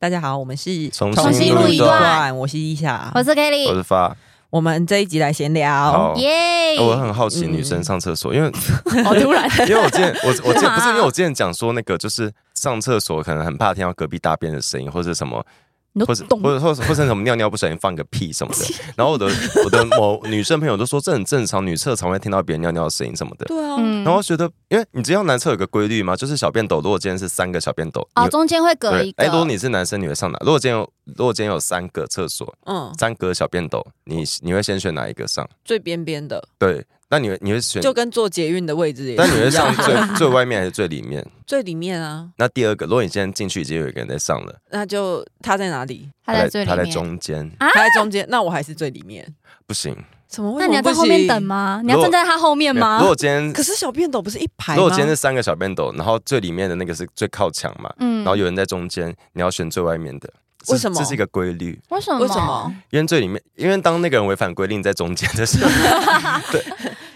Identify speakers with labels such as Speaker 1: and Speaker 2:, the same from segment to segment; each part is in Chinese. Speaker 1: 大家好，我们是
Speaker 2: 重
Speaker 3: 新录一段，
Speaker 1: 我是伊夏，
Speaker 3: 我是
Speaker 2: 我
Speaker 3: Kelly，
Speaker 2: 是发
Speaker 1: 我们这一集来闲聊。
Speaker 2: 好，哎
Speaker 3: 耶！
Speaker 2: 我很好奇女生上厕所，因为
Speaker 3: 好突 然，
Speaker 2: 因为哦我之前我我之
Speaker 3: 干
Speaker 2: 前
Speaker 3: 嘛啊
Speaker 2: 不是因为我之前讲说那个就是上厕所可能很怕听到隔壁大便的声音或者什么，
Speaker 3: 你
Speaker 2: 或
Speaker 3: 都
Speaker 2: 者
Speaker 3: 懂
Speaker 2: 或者或者或者什么尿尿不小心放个屁什么的， 然后我的我的某女生朋友都说这很正常，女厕常会听到别人尿尿的声音什么的。
Speaker 1: 对啊，
Speaker 3: 嗯
Speaker 2: 然后觉得，因为你知道男厕有个规律吗？就是小便斗，如果今天是三个小便斗，
Speaker 3: 哦，
Speaker 2: 你
Speaker 3: 中间会隔一
Speaker 2: 对，哎，
Speaker 3: 个。
Speaker 2: 如果你是男生，你会上哪？如果今天有如果今天有三个厕所，
Speaker 1: 嗯，
Speaker 2: 三格小便斗，你你会先选哪一个上？
Speaker 1: 最边边的，
Speaker 2: 对，那你会你会选
Speaker 1: 就跟坐捷运的位置也
Speaker 2: 但你
Speaker 1: 是
Speaker 2: 会
Speaker 1: 一样
Speaker 2: 上，最最外面还是最里面？
Speaker 1: 最里面啊，
Speaker 2: 那第二个，如果你今天进去已经有一个人在上了，
Speaker 1: 那就他在哪里？
Speaker 3: 他在
Speaker 2: 在
Speaker 3: 最里
Speaker 2: 他在
Speaker 3: 面，
Speaker 2: 中间，
Speaker 3: 啊
Speaker 1: 他在中间，那我还是最里面。
Speaker 2: 不行。
Speaker 1: 怎么会？
Speaker 3: 那你要在
Speaker 1: 我不
Speaker 3: 后
Speaker 1: 行
Speaker 3: 面等？吗？你要
Speaker 2: 如果
Speaker 3: 站在他后面吗
Speaker 2: 如？果今天
Speaker 1: 可是小便斗不是一排
Speaker 2: 嗯如
Speaker 1: 吗
Speaker 2: 果？今天是三个小便斗，然后最里面的那个是最靠墙嘛，
Speaker 3: 嗯
Speaker 2: 然后有人在中间，你要选最外面的。这
Speaker 1: 为什么
Speaker 2: 这是一个规律，
Speaker 3: 为什么？嗯
Speaker 1: 为什么？
Speaker 2: 因为最里面，因为当那个人违反规定在中间的 时候，对，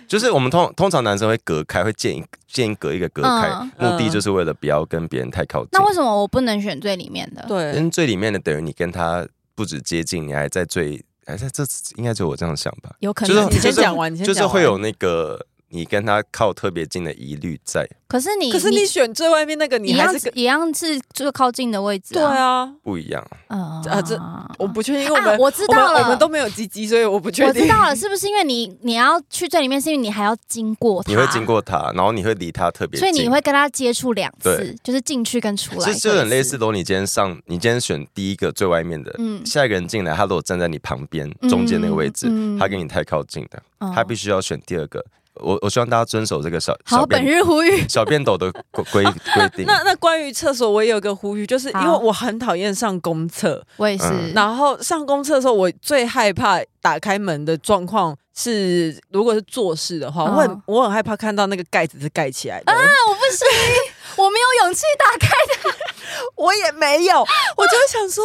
Speaker 2: 就是我们通通常男生会隔开，会建一建一隔一个隔开，
Speaker 3: 嗯
Speaker 2: 目的就是为了不要跟别人太靠近。
Speaker 3: 那为什么我不能选最里面的？
Speaker 1: 对
Speaker 2: 因为最里面的等于你跟他不止接近，你还在最还在这，应该就我这样想吧。
Speaker 3: 有
Speaker 2: 嗯
Speaker 3: 可
Speaker 2: 就是
Speaker 3: 能
Speaker 1: 你
Speaker 2: 就
Speaker 1: 先
Speaker 2: 是
Speaker 1: 讲完，你先
Speaker 2: 就是
Speaker 1: 讲完
Speaker 2: 会有。那个你跟他靠特别近的疑虑在，
Speaker 3: 可是你，
Speaker 1: 可是你选最外面那个，
Speaker 3: 一
Speaker 1: 你还
Speaker 3: 样
Speaker 1: 是跟
Speaker 3: 一样是最靠近的位置。
Speaker 1: 对，啊？
Speaker 2: 不一样。
Speaker 3: 嗯
Speaker 1: 啊这我不确定，因为我
Speaker 3: 啊
Speaker 1: 们
Speaker 3: 我知
Speaker 1: 我
Speaker 3: 道
Speaker 1: 们
Speaker 3: 了，
Speaker 1: 我们都没有鸡鸡，所以我不确
Speaker 3: 我
Speaker 1: 定。
Speaker 3: 知道了，是不是因为你你要去最里面，是因为你还要经过他，
Speaker 2: 你会经，过他，然后你会离他特别
Speaker 3: 所
Speaker 2: 近，
Speaker 3: 以你会跟他接触两次
Speaker 2: 对，
Speaker 3: 就是进去跟出来各
Speaker 2: 就
Speaker 3: 一次，
Speaker 2: 就很类似。如果你今天上，你今天选第一个最外面的，
Speaker 3: 嗯
Speaker 2: 下一个人进来，他如果站在你旁边中间那个位置，
Speaker 3: 嗯嗯
Speaker 2: 他跟你太靠近的，
Speaker 3: 哦
Speaker 2: 他必须要选第二个。我我希望大家遵守这个小
Speaker 3: 好，
Speaker 2: 小
Speaker 3: 本
Speaker 2: 便嗯
Speaker 3: 日呼吁，
Speaker 2: 小便斗的规规规 定。
Speaker 1: 那那关于厕所，我也有个呼吁，就是因为
Speaker 3: 好
Speaker 1: 我很讨厌上公厕，
Speaker 3: 我也是
Speaker 2: 嗯。
Speaker 1: 然后上公厕的时候，我最害怕打开门的状况是，如果是做事的话，
Speaker 3: 嗯啊
Speaker 1: 我很我很害怕看到那个盖子是盖起来的，
Speaker 3: 我不行，我没有勇气打开。
Speaker 1: 我也没有， 我就会想说，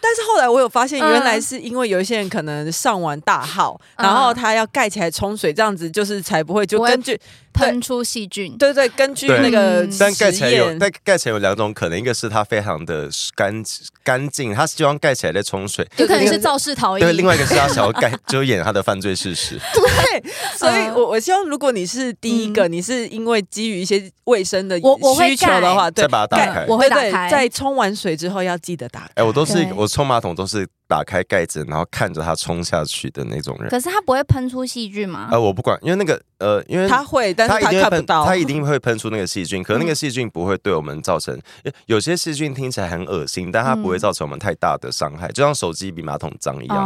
Speaker 1: 但是后来我有发现，原来是因为有一些人可能上完大号，
Speaker 3: 嗯
Speaker 1: 然后他要盖起来冲水，这样子就是才不会就
Speaker 3: 不会
Speaker 1: 根据
Speaker 3: 喷出细菌。
Speaker 1: 对对根据
Speaker 2: 对
Speaker 1: 那个
Speaker 3: 嗯
Speaker 2: 但盖起来
Speaker 1: 实
Speaker 2: 有，
Speaker 1: 验
Speaker 2: 但盖起来有两种可能，一个是它非常的干干净，他希望盖起来在冲水；
Speaker 3: 有可能是肇事
Speaker 1: 哦
Speaker 3: 逃逸。
Speaker 2: 对，另外一个是他想要盖遮掩他的犯罪 事实。
Speaker 1: 对， 所以
Speaker 3: 嗯
Speaker 1: 我我希望，如果你是第一个，你是因为基于一些卫生的
Speaker 3: 我我会
Speaker 1: 需求的话，对
Speaker 2: 再，把它打开
Speaker 3: 我会打
Speaker 1: 对对
Speaker 3: 开
Speaker 1: 在冲完水之后要记得打开。
Speaker 2: 哎，我都是一
Speaker 3: 对
Speaker 2: 个我冲马桶都是打开盖子，然后看着它冲下去的那种人。
Speaker 3: 可是它不会喷出细菌吗？
Speaker 2: 呃，我不管，因为那个呃，因为
Speaker 1: 他会，但是
Speaker 2: 它一
Speaker 1: 他
Speaker 2: 定会
Speaker 1: 看不
Speaker 2: 喷，
Speaker 1: 到。嗯
Speaker 2: 它一定会喷出那个细菌，可是那个细菌不会对我们造成，因为有些细菌听起来很恶心，但它不
Speaker 1: 嗯
Speaker 2: 会造成我们太大的伤害，就像手机比马桶脏一样。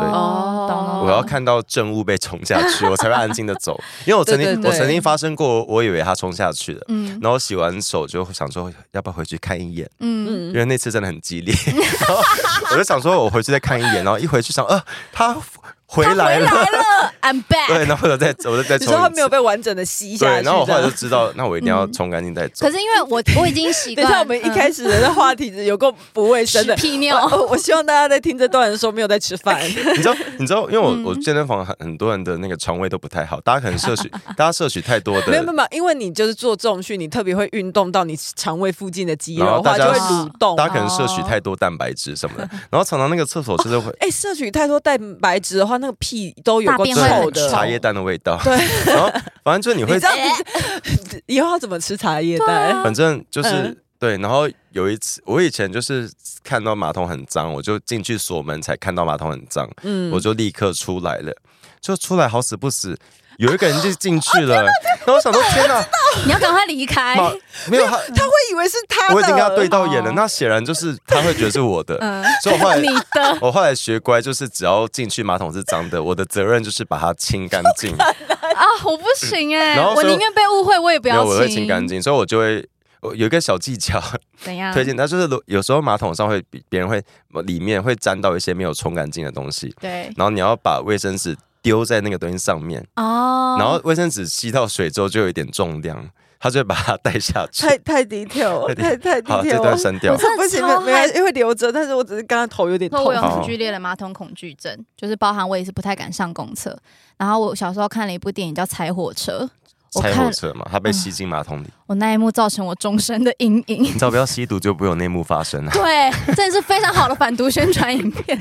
Speaker 2: 对
Speaker 3: 哦，懂了。
Speaker 2: 我要看到政物被冲下去，我才会安静的 走。因为我曾经
Speaker 1: 对对对
Speaker 2: 我曾经发生过，我以为他冲下去了，
Speaker 3: 嗯
Speaker 2: 然后洗完手就想说要不要回去看一眼，
Speaker 3: 嗯，
Speaker 2: 因为那次真的很激烈。 然后我就想说我回去再看一眼，然后一回去想，呃，他回
Speaker 3: 它
Speaker 2: 来
Speaker 3: 回
Speaker 2: 了。
Speaker 3: 来了 ，I'm
Speaker 2: 对，
Speaker 3: back。
Speaker 2: 然后我就再我就再
Speaker 1: 你
Speaker 2: 冲
Speaker 1: 说他
Speaker 2: 一
Speaker 1: 没有
Speaker 2: 次。
Speaker 1: 被完整的吸
Speaker 2: 对
Speaker 1: 下，去，
Speaker 2: 然后我后来
Speaker 1: 这
Speaker 2: 就
Speaker 1: 样
Speaker 2: 知道，那我一定要
Speaker 3: 嗯
Speaker 2: 冲干净再走。
Speaker 3: 可是因为我我已经 习
Speaker 1: 等一
Speaker 3: 惯，
Speaker 1: 下，我们一开始的话题有够不卫生的
Speaker 3: 嗯。屁
Speaker 1: 我
Speaker 3: 尿，
Speaker 1: 我我希望大家在听这段的时候没有在吃饭。
Speaker 2: 你知道，你知道，因为
Speaker 1: 嗯
Speaker 2: 我我健身房很很多人的那个床位都不太好，大家可能摄取，大家摄取太多
Speaker 1: 没有没
Speaker 2: 的
Speaker 1: 有，没有，因为你就是做重训，你特别会运动到你肠胃附近的肌肉
Speaker 2: 然
Speaker 1: 的
Speaker 2: 后大
Speaker 1: 话，就
Speaker 2: 家
Speaker 1: 会蠕动。
Speaker 2: 大家可能摄取
Speaker 1: 哦
Speaker 2: 太多蛋白质什么的，然后常常那个厕所就是会
Speaker 1: 哎、摄取太多蛋白质的话，那个屁都有够
Speaker 3: 大便会
Speaker 1: 臭
Speaker 3: 很
Speaker 1: 的。
Speaker 3: 臭
Speaker 2: 茶叶蛋的味道。
Speaker 1: 对，
Speaker 2: 然后反正就你
Speaker 1: 你
Speaker 2: 会
Speaker 1: 知，道你以后要怎么吃茶叶蛋？
Speaker 3: 啊
Speaker 2: 反正就是、
Speaker 1: 嗯
Speaker 2: 对。然后有一次，我以前就是看到马桶很脏，我就进去锁门才看到马桶很脏，
Speaker 1: 嗯
Speaker 2: 我就立刻出来了。就出来好死不死，有一个人就进去 了，然后我想说天哪，
Speaker 3: 你要赶快离开。
Speaker 2: 马没有他，
Speaker 1: 他会以为是他的，嗯
Speaker 2: 我已经跟他对到眼了
Speaker 3: 哦，
Speaker 2: 那显然就是他会觉得是我的，
Speaker 3: 嗯
Speaker 2: 所以我后来
Speaker 3: 你的
Speaker 2: 我后来学乖，就是只要进去马桶是脏的，我的责任就是把它清干 净，
Speaker 3: 啊，我不行哎、
Speaker 2: 嗯然后
Speaker 3: 我
Speaker 2: 所以
Speaker 3: 宁愿被误会，我也不
Speaker 2: 没有
Speaker 3: 要
Speaker 2: 我会清
Speaker 3: 亲
Speaker 2: 干净，所以我就会。我有一个小技巧
Speaker 3: 怎
Speaker 1: 嗯
Speaker 3: 样？
Speaker 2: 推荐，那就是有时候马桶上会比别人会呃里面会沾到一些没有冲干净的东西，
Speaker 3: 对
Speaker 2: 然后你要把卫生纸丢在那个东西上面，
Speaker 3: 哦，
Speaker 2: 然后卫生纸吸到水之后就有一点重量，它就会把它 带下 去。
Speaker 1: 太太 detail，了太太
Speaker 2: 好，这
Speaker 1: detail
Speaker 2: 段
Speaker 1: 了。
Speaker 2: 删掉
Speaker 3: 我。真的
Speaker 1: 不行，
Speaker 3: 超
Speaker 1: 没没
Speaker 3: 害
Speaker 1: 关系，会留着，但是我只是刚刚头有点
Speaker 3: 说
Speaker 1: 痛
Speaker 3: 我。有
Speaker 2: 好
Speaker 3: 很剧烈的马桶恐惧症，就是包含我也是不太敢上公厕。然后我小时候看了一部电影叫《拆火车》，我
Speaker 2: 拆火
Speaker 3: 看
Speaker 2: 车嘛，它
Speaker 1: 嗯
Speaker 2: 被吸进马桶里。
Speaker 3: 我那一幕造成我终身的阴影。
Speaker 2: 你只要不要吸毒，就不会有内幕 发生了。啊
Speaker 3: 对，真的是非常好的反毒宣传影片，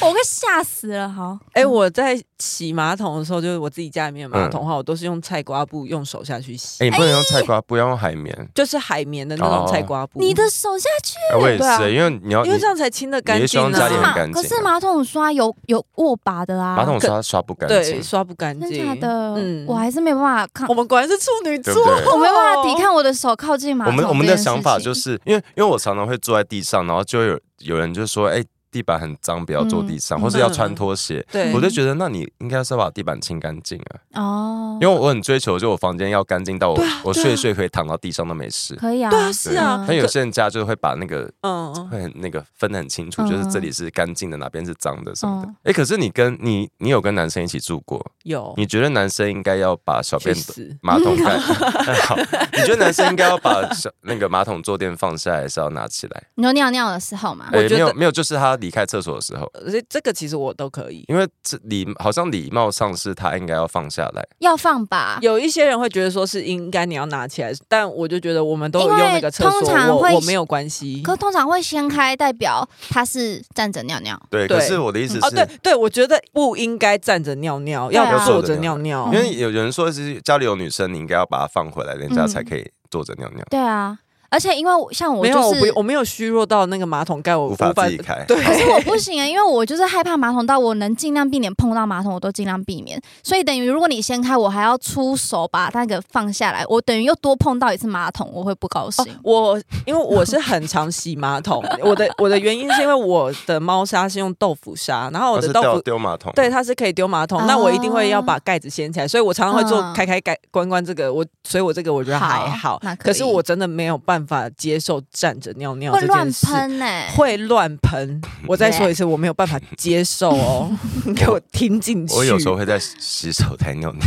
Speaker 3: 我快吓死了。好，
Speaker 1: 哎、我在洗马桶的时候，就是我自己家里面的马桶的话，我都是用菜瓜布用手下去洗，
Speaker 2: 嗯哎、你不能用菜瓜，不要用海 绵。
Speaker 1: 就是海绵的那种菜瓜布。
Speaker 3: 你的手下去
Speaker 2: 哎我也是、
Speaker 1: 对啊
Speaker 2: 因为哦你要
Speaker 1: 因为
Speaker 2: 你
Speaker 1: 这样才清的干
Speaker 2: 你是希
Speaker 1: 净
Speaker 2: 望家里很
Speaker 1: 啊，
Speaker 2: 干净啊
Speaker 3: 可是马桶刷有有握把的啊，
Speaker 2: 马桶刷刷不干净
Speaker 1: 对，，刷不干
Speaker 3: 真
Speaker 1: 净
Speaker 3: 假。的，
Speaker 1: 嗯
Speaker 3: 我还是没有办法看
Speaker 1: 我，们果然是处女座，
Speaker 2: 对不对
Speaker 3: 我没有办法抵。抗我的手靠近马
Speaker 2: 我
Speaker 3: 桶这件事
Speaker 2: 们
Speaker 3: 情。
Speaker 2: 我们的想法就是因为因为我常常会坐在地上，然后就有有人就说，哎、地板很脏，不要坐地上，
Speaker 3: 嗯
Speaker 2: 或是要穿拖鞋。
Speaker 1: 对
Speaker 2: 我就觉得，那你应该是要把地板清干净啊，
Speaker 3: 哦，
Speaker 2: 因为我很追求，就我房间要干净到我、
Speaker 1: 对啊
Speaker 2: 我
Speaker 1: 对啊
Speaker 2: 睡一睡可以躺到地上都没事。
Speaker 3: 可以啊，
Speaker 1: 对啊，是啊
Speaker 3: 嗯，
Speaker 2: 但有些人家就会把那个
Speaker 1: 嗯，
Speaker 2: 会很那个分得很清楚，
Speaker 3: 嗯
Speaker 2: 就是这里是干净的，哪边是脏的什么的。
Speaker 3: 嗯
Speaker 2: 哎、可是你跟你你有跟男生一起住过，
Speaker 1: 有
Speaker 2: 你觉得男生应该要把小
Speaker 1: 去
Speaker 2: 便斗
Speaker 1: 死。
Speaker 2: 马桶 盖？好，你觉得男生应该要把小那个马桶坐垫放下来，还是要拿起 来？
Speaker 3: 你说尿尿的时候嘛，
Speaker 2: 哎、
Speaker 1: 觉得
Speaker 2: 没有没有，就是他离开厕所的时候，
Speaker 1: 所以这个其实我都可以。
Speaker 2: 因为这礼好像礼貌上是他应该要放下来。
Speaker 3: 要放吧。
Speaker 1: 有一些人会觉得说是应该你要拿起来，但我就觉得我们都有
Speaker 3: 因
Speaker 1: 用
Speaker 3: 为
Speaker 1: 那个厕所，
Speaker 3: 通常
Speaker 1: 我
Speaker 3: 会
Speaker 1: 我没有关系。
Speaker 3: 可通常会掀开，代表他是站着尿尿。
Speaker 2: 对，
Speaker 1: 对
Speaker 2: 可是我的意思是，
Speaker 1: 哦，对对，我觉得不应该站着尿尿，
Speaker 3: 对啊
Speaker 1: 要坐着尿尿
Speaker 2: 因。为有人说是家里有女生，你应该要把它放回来，人家
Speaker 3: 嗯
Speaker 2: 才可以坐着尿尿，
Speaker 3: 对啊，而且因为我像我
Speaker 1: 没
Speaker 3: 就
Speaker 1: 有，我
Speaker 3: 是
Speaker 1: 不，我没有虚弱到那个马桶盖，我
Speaker 2: 无法自己开。
Speaker 1: 哦 对，
Speaker 3: 可是我不行啊，因为我就是害怕马桶到我能尽量避免碰到马桶，我都尽量避免。所以等于如果你掀开，我还要出手把那个放下来，我等于又多碰到一次马桶，我会不高兴。
Speaker 1: 我因为我是很常洗马桶， 我的我的原因是因为我的猫砂是用豆腐砂，然后我
Speaker 2: 那
Speaker 1: 的
Speaker 2: 哦是
Speaker 1: 豆
Speaker 2: 掉
Speaker 1: 腐
Speaker 2: 丢马桶。
Speaker 1: 哦对它是可以丢马桶，那我一定会要把盖子掀起来，所以我常常会做
Speaker 3: 啊嗯
Speaker 1: 开开盖关关这个，我所以我这个我觉得还好，
Speaker 3: 那可
Speaker 1: 可
Speaker 3: 以
Speaker 1: 是我真的没有办法接受站着尿尿
Speaker 3: 会
Speaker 1: 这
Speaker 3: 乱
Speaker 1: 件事。
Speaker 3: 喷呢、欸，
Speaker 1: 会乱 喷，我再说一次，我没有办法接受哦，你给我听进去。
Speaker 2: 我有时候会在洗洗手台尿 尿，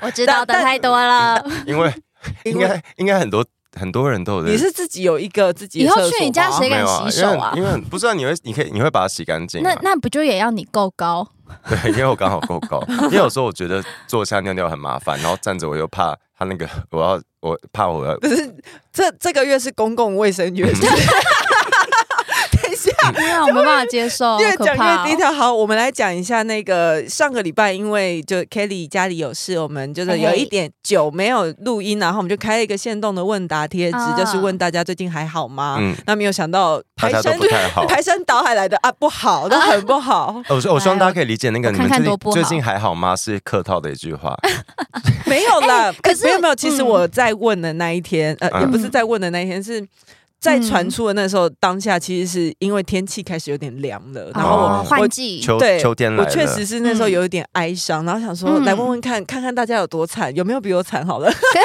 Speaker 3: 我知道的
Speaker 1: 但但
Speaker 3: 太多 了。
Speaker 2: 因为
Speaker 1: 因
Speaker 2: 应
Speaker 1: 为
Speaker 2: 该应该很多很多人都有
Speaker 1: 你
Speaker 2: 这个
Speaker 1: 是自己有一个自己
Speaker 3: 以
Speaker 1: 的
Speaker 3: 后
Speaker 1: 厕所
Speaker 3: 去你家
Speaker 1: 吗
Speaker 3: 谁
Speaker 2: 没有
Speaker 3: 敢洗手啊
Speaker 2: 因为因为不知道你会你可以你会把它洗干净、
Speaker 3: 那
Speaker 2: 啊，
Speaker 3: 那不就也要你够 高？
Speaker 2: 对， 因为我刚好够高，因为有时候我觉得坐下尿尿很麻烦，然后站着我又怕它那个， 我要我怕我要
Speaker 1: 不是，这这个月是公共卫生月。是不是等一下，
Speaker 3: 对啊，我没办法接受，好
Speaker 1: 越
Speaker 3: 可
Speaker 1: 讲
Speaker 3: 怕、
Speaker 1: 越低
Speaker 3: 哦。
Speaker 1: 调。好，我们来讲一下那个上个礼拜，因为就 Kelly 家里有事，我们
Speaker 3: 哎
Speaker 1: 就是有一点久没有录音，然后我们就开了一个限动的问答贴纸，
Speaker 3: 啊
Speaker 1: 就是问大家最近还好吗？
Speaker 2: 嗯，
Speaker 1: 那没有想到
Speaker 2: 大
Speaker 1: 排
Speaker 2: 家都
Speaker 1: 山
Speaker 2: 不太好。
Speaker 1: 排山倒海来的啊，不好，那很不好，
Speaker 2: 呃我说，我希望大家可以理解那个
Speaker 3: 哎我
Speaker 2: 你
Speaker 3: 看
Speaker 2: 们
Speaker 3: 看
Speaker 2: 最
Speaker 3: 多不
Speaker 2: 近
Speaker 3: 好
Speaker 2: 最近还好吗？是客套的一句 话，
Speaker 1: 没有啦。
Speaker 3: 哎可
Speaker 1: 哎
Speaker 3: 是
Speaker 1: 没有没有，其实
Speaker 3: 嗯
Speaker 1: 我在问的那一天，呃，
Speaker 2: 嗯
Speaker 1: 也不是在问的那一天是。在传出的那时候，当下其实是因为天气开始有点凉了，然后我
Speaker 3: 哦换季，
Speaker 2: 秋
Speaker 1: 对
Speaker 2: 秋天来
Speaker 1: 我
Speaker 2: 了，
Speaker 1: 确实是那时候
Speaker 3: 嗯
Speaker 1: 有一点哀伤，然后想说、
Speaker 3: 嗯
Speaker 1: 来问问看，看看大家有多惨，有没有比我惨好了。
Speaker 3: 可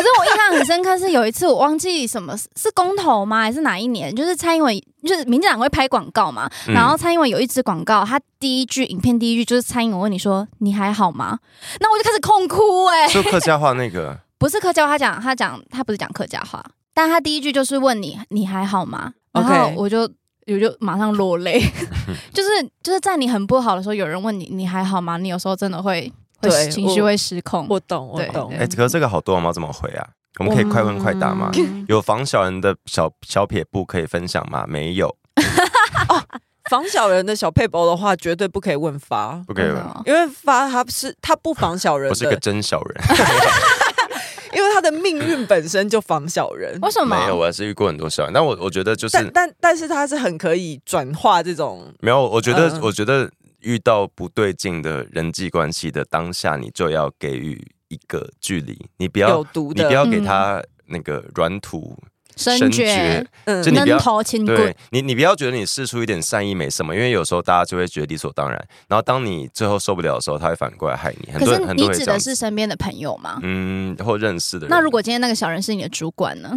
Speaker 3: 是我印象很深刻，是有一次我忘记什么是公投吗？还是哪一年？就是蔡英文，就是民进党会拍广告嘛。
Speaker 2: 嗯
Speaker 3: 然后蔡英文有一支广告，他第一句影片第一句就是蔡英文问你说你还好吗？那我就开始痛哭哎、
Speaker 2: 就客家话那个，
Speaker 3: 不是客家话，他讲他讲他不是讲客家话，但他第一句就是问你你还好吗？然
Speaker 1: OK
Speaker 3: 后我就我就马上落泪，就是就是在你很不好的时候，有人问你你还好吗？你有时候真的会会
Speaker 1: 对
Speaker 3: 情绪
Speaker 1: 我
Speaker 3: 会失控。嗯
Speaker 1: 我懂，我
Speaker 3: 对
Speaker 1: 懂
Speaker 3: 对。
Speaker 2: 哎，可是这个好多我们要怎么回啊？我们可以快问快答 吗？
Speaker 3: 嗯
Speaker 2: 有防小人的小小撇步可以分享吗？没有，
Speaker 1: 防小人的小佩宝的话，绝对不可以问发，
Speaker 2: 不可以
Speaker 3: 真的
Speaker 2: 问。
Speaker 3: 哦
Speaker 1: 因为发他是他不防小人
Speaker 2: 我是个
Speaker 1: 的，
Speaker 2: 真小人，
Speaker 1: 因为他的命运本身就防小人。
Speaker 3: 为什么？
Speaker 2: 没有，我还是遇过很多小人，但我我觉得就是
Speaker 1: 但但但是他是很可以转化这种，
Speaker 2: 没有，我觉得、
Speaker 1: 嗯
Speaker 2: 我觉得遇到不对劲的人际关系的当下，你就要给予一个距离，你不要
Speaker 1: 有毒
Speaker 2: 你不要
Speaker 1: 的，
Speaker 2: 给他那个软土
Speaker 3: 嗯深觉、
Speaker 1: 嗯
Speaker 2: 就你不要
Speaker 3: 闷头轻
Speaker 2: 对
Speaker 3: 棍，
Speaker 2: 你，你不要觉得你试出一点善意没什么，因为有时候大家就会觉得理所当然。然后当你最后受不了的时候，他会反过来害你。很多
Speaker 3: 可是
Speaker 2: 人很多
Speaker 3: 你
Speaker 2: 人
Speaker 3: 指
Speaker 2: 这样
Speaker 3: 的是身边的朋友吗？
Speaker 2: 嗯，或认识的人。
Speaker 3: 那如果今天那个小人是你的主管呢？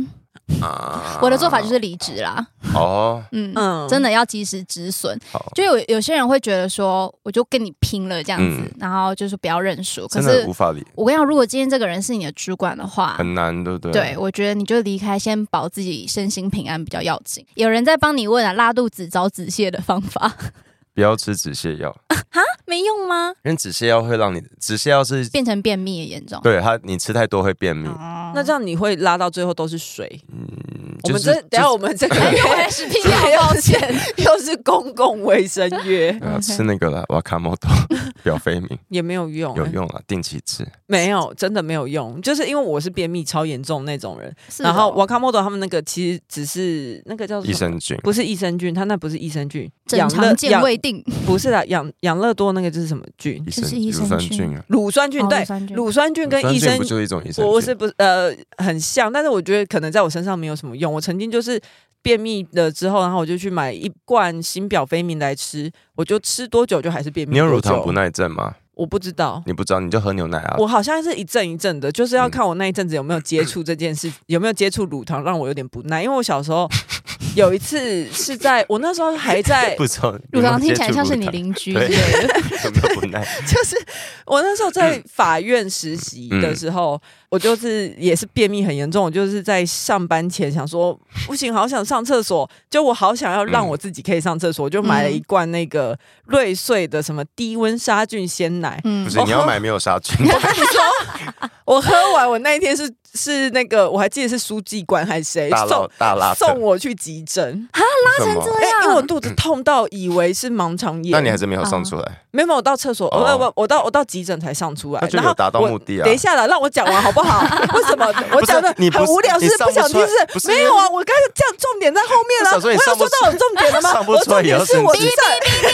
Speaker 2: 啊
Speaker 3: 我的做法就是离职啦。
Speaker 2: 哦，
Speaker 3: 嗯，
Speaker 1: 嗯
Speaker 3: 真的要及时止损。
Speaker 2: 好，
Speaker 3: 就有有些人会觉得说，我就跟你拼了这样子，
Speaker 2: 嗯
Speaker 3: 然后就是不要认输。可
Speaker 2: 真的
Speaker 3: 是
Speaker 2: 无法理，
Speaker 3: 我跟你讲，如果今天这个人是你的主管的话，
Speaker 2: 很难，对不对？
Speaker 3: 对，我觉得你就离开，先保自己身心平安比较要紧。有人在帮你问啊，拉肚子找止泻的方法，
Speaker 2: 不要吃止泻药，
Speaker 3: 没用吗？
Speaker 2: 因为止泻药会让你止泻药是
Speaker 3: 变成便秘也严重。
Speaker 2: 对它，你吃太多会便秘。
Speaker 3: 哦，
Speaker 1: 那这样你会拉到最后都是水。
Speaker 2: 嗯，
Speaker 1: 我
Speaker 2: 就
Speaker 1: 们
Speaker 2: 是哎
Speaker 1: 这等一下我们这个
Speaker 3: 哎我
Speaker 1: 月
Speaker 3: 也 是啊拼了，抱歉。
Speaker 1: 又是公共卫生 月，
Speaker 2: 对啊
Speaker 3: OK
Speaker 2: 吃那个了，瓦卡莫多 表飞明
Speaker 1: 也没有用、
Speaker 2: 有
Speaker 1: 欸
Speaker 2: 用啊，定期吃。
Speaker 1: 没有，真的没有用。就是因为我是便秘超严重那种人，
Speaker 3: 是
Speaker 1: 然后
Speaker 3: 哦
Speaker 1: 瓦卡莫多他们那个其实只是那个叫
Speaker 2: 益
Speaker 1: 什么？
Speaker 2: 生菌
Speaker 1: 不是益生菌，它那不是益生菌，
Speaker 3: 正常
Speaker 1: 乐
Speaker 3: 见
Speaker 1: 养
Speaker 3: 未定，
Speaker 1: 不是啦，养养乐多那个就是什么菌？
Speaker 2: 益
Speaker 3: 这
Speaker 2: 生
Speaker 3: 是益
Speaker 2: 乳
Speaker 3: 生
Speaker 2: 酸
Speaker 3: 菌
Speaker 2: 菌啊，
Speaker 1: 乳酸
Speaker 3: 哦
Speaker 1: 菌，对，
Speaker 3: 乳
Speaker 1: 乳酸菌跟益
Speaker 2: 益
Speaker 1: 生
Speaker 2: 不就是一种益生菌？
Speaker 1: 不是不是呃很像，但是我觉得可能在我身上没有什么用。我曾经就是便秘了之后，然后我就去买一罐新表飞明来吃，我就吃多久就还是便秘。
Speaker 2: 你有乳糖不？耐症吗？
Speaker 1: 我不知道。
Speaker 2: 你不知道，你就喝牛奶啊。 嗯
Speaker 1: 我好像是一阵一阵的，就是要看我那一阵子有没有接触这件事，有没有接触乳糖，让我有点不耐。因为我小 时候有一次是在我那时候还在，
Speaker 2: 不知道，
Speaker 3: 乳 糖听起来像是你
Speaker 2: 零
Speaker 3: 邻居之
Speaker 2: 对
Speaker 3: 类的。
Speaker 2: 有没有不耐？
Speaker 1: 就是我那时候
Speaker 2: 嗯
Speaker 1: 在法院实习的时候，我就是也是便秘很严重，我就是在上班前想说不行，好想上厕所，就我好想要
Speaker 2: 嗯
Speaker 1: 让我自己可以上厕所，我就买了一罐那个瑞穗的什么低温杀菌鲜奶，
Speaker 3: 嗯
Speaker 2: 不是，你要买没有杀菌
Speaker 1: 哦
Speaker 2: 的，
Speaker 1: 我喝完，我那一天是是那个，我还记得是书记官还是谁
Speaker 2: 大辣
Speaker 1: 送
Speaker 2: 大辣
Speaker 1: 送我去急诊，
Speaker 2: 拉成
Speaker 3: 这
Speaker 1: 哎、
Speaker 3: 样
Speaker 1: 因为我肚子痛到以为是盲肠炎，
Speaker 2: 嗯那你还是没有上出来，
Speaker 1: 没有没有，我到厕所，我
Speaker 2: 哦
Speaker 1: 我我到我到急诊才上出来
Speaker 2: 那，就
Speaker 1: 然后
Speaker 2: 有达到
Speaker 1: 我
Speaker 2: 目的啊
Speaker 1: 等一下啦，让我讲完好不 好？为什么我讲的
Speaker 2: 你不
Speaker 1: 很
Speaker 2: 是
Speaker 1: 无聊，
Speaker 2: 你
Speaker 1: 是不是
Speaker 2: 上不
Speaker 1: 想
Speaker 2: 出
Speaker 1: 听
Speaker 2: 来不
Speaker 1: 是
Speaker 2: 是
Speaker 1: 没有啊？我刚才这样重点在后面
Speaker 2: 我
Speaker 1: 啊，
Speaker 2: 想说
Speaker 1: 我
Speaker 2: 你
Speaker 1: 有
Speaker 2: 上不
Speaker 1: 说到我重点了吗？
Speaker 2: 上不
Speaker 1: 我
Speaker 2: 出来
Speaker 1: 重
Speaker 2: 也要
Speaker 1: 点是
Speaker 2: 生
Speaker 1: 我
Speaker 2: 气
Speaker 1: 急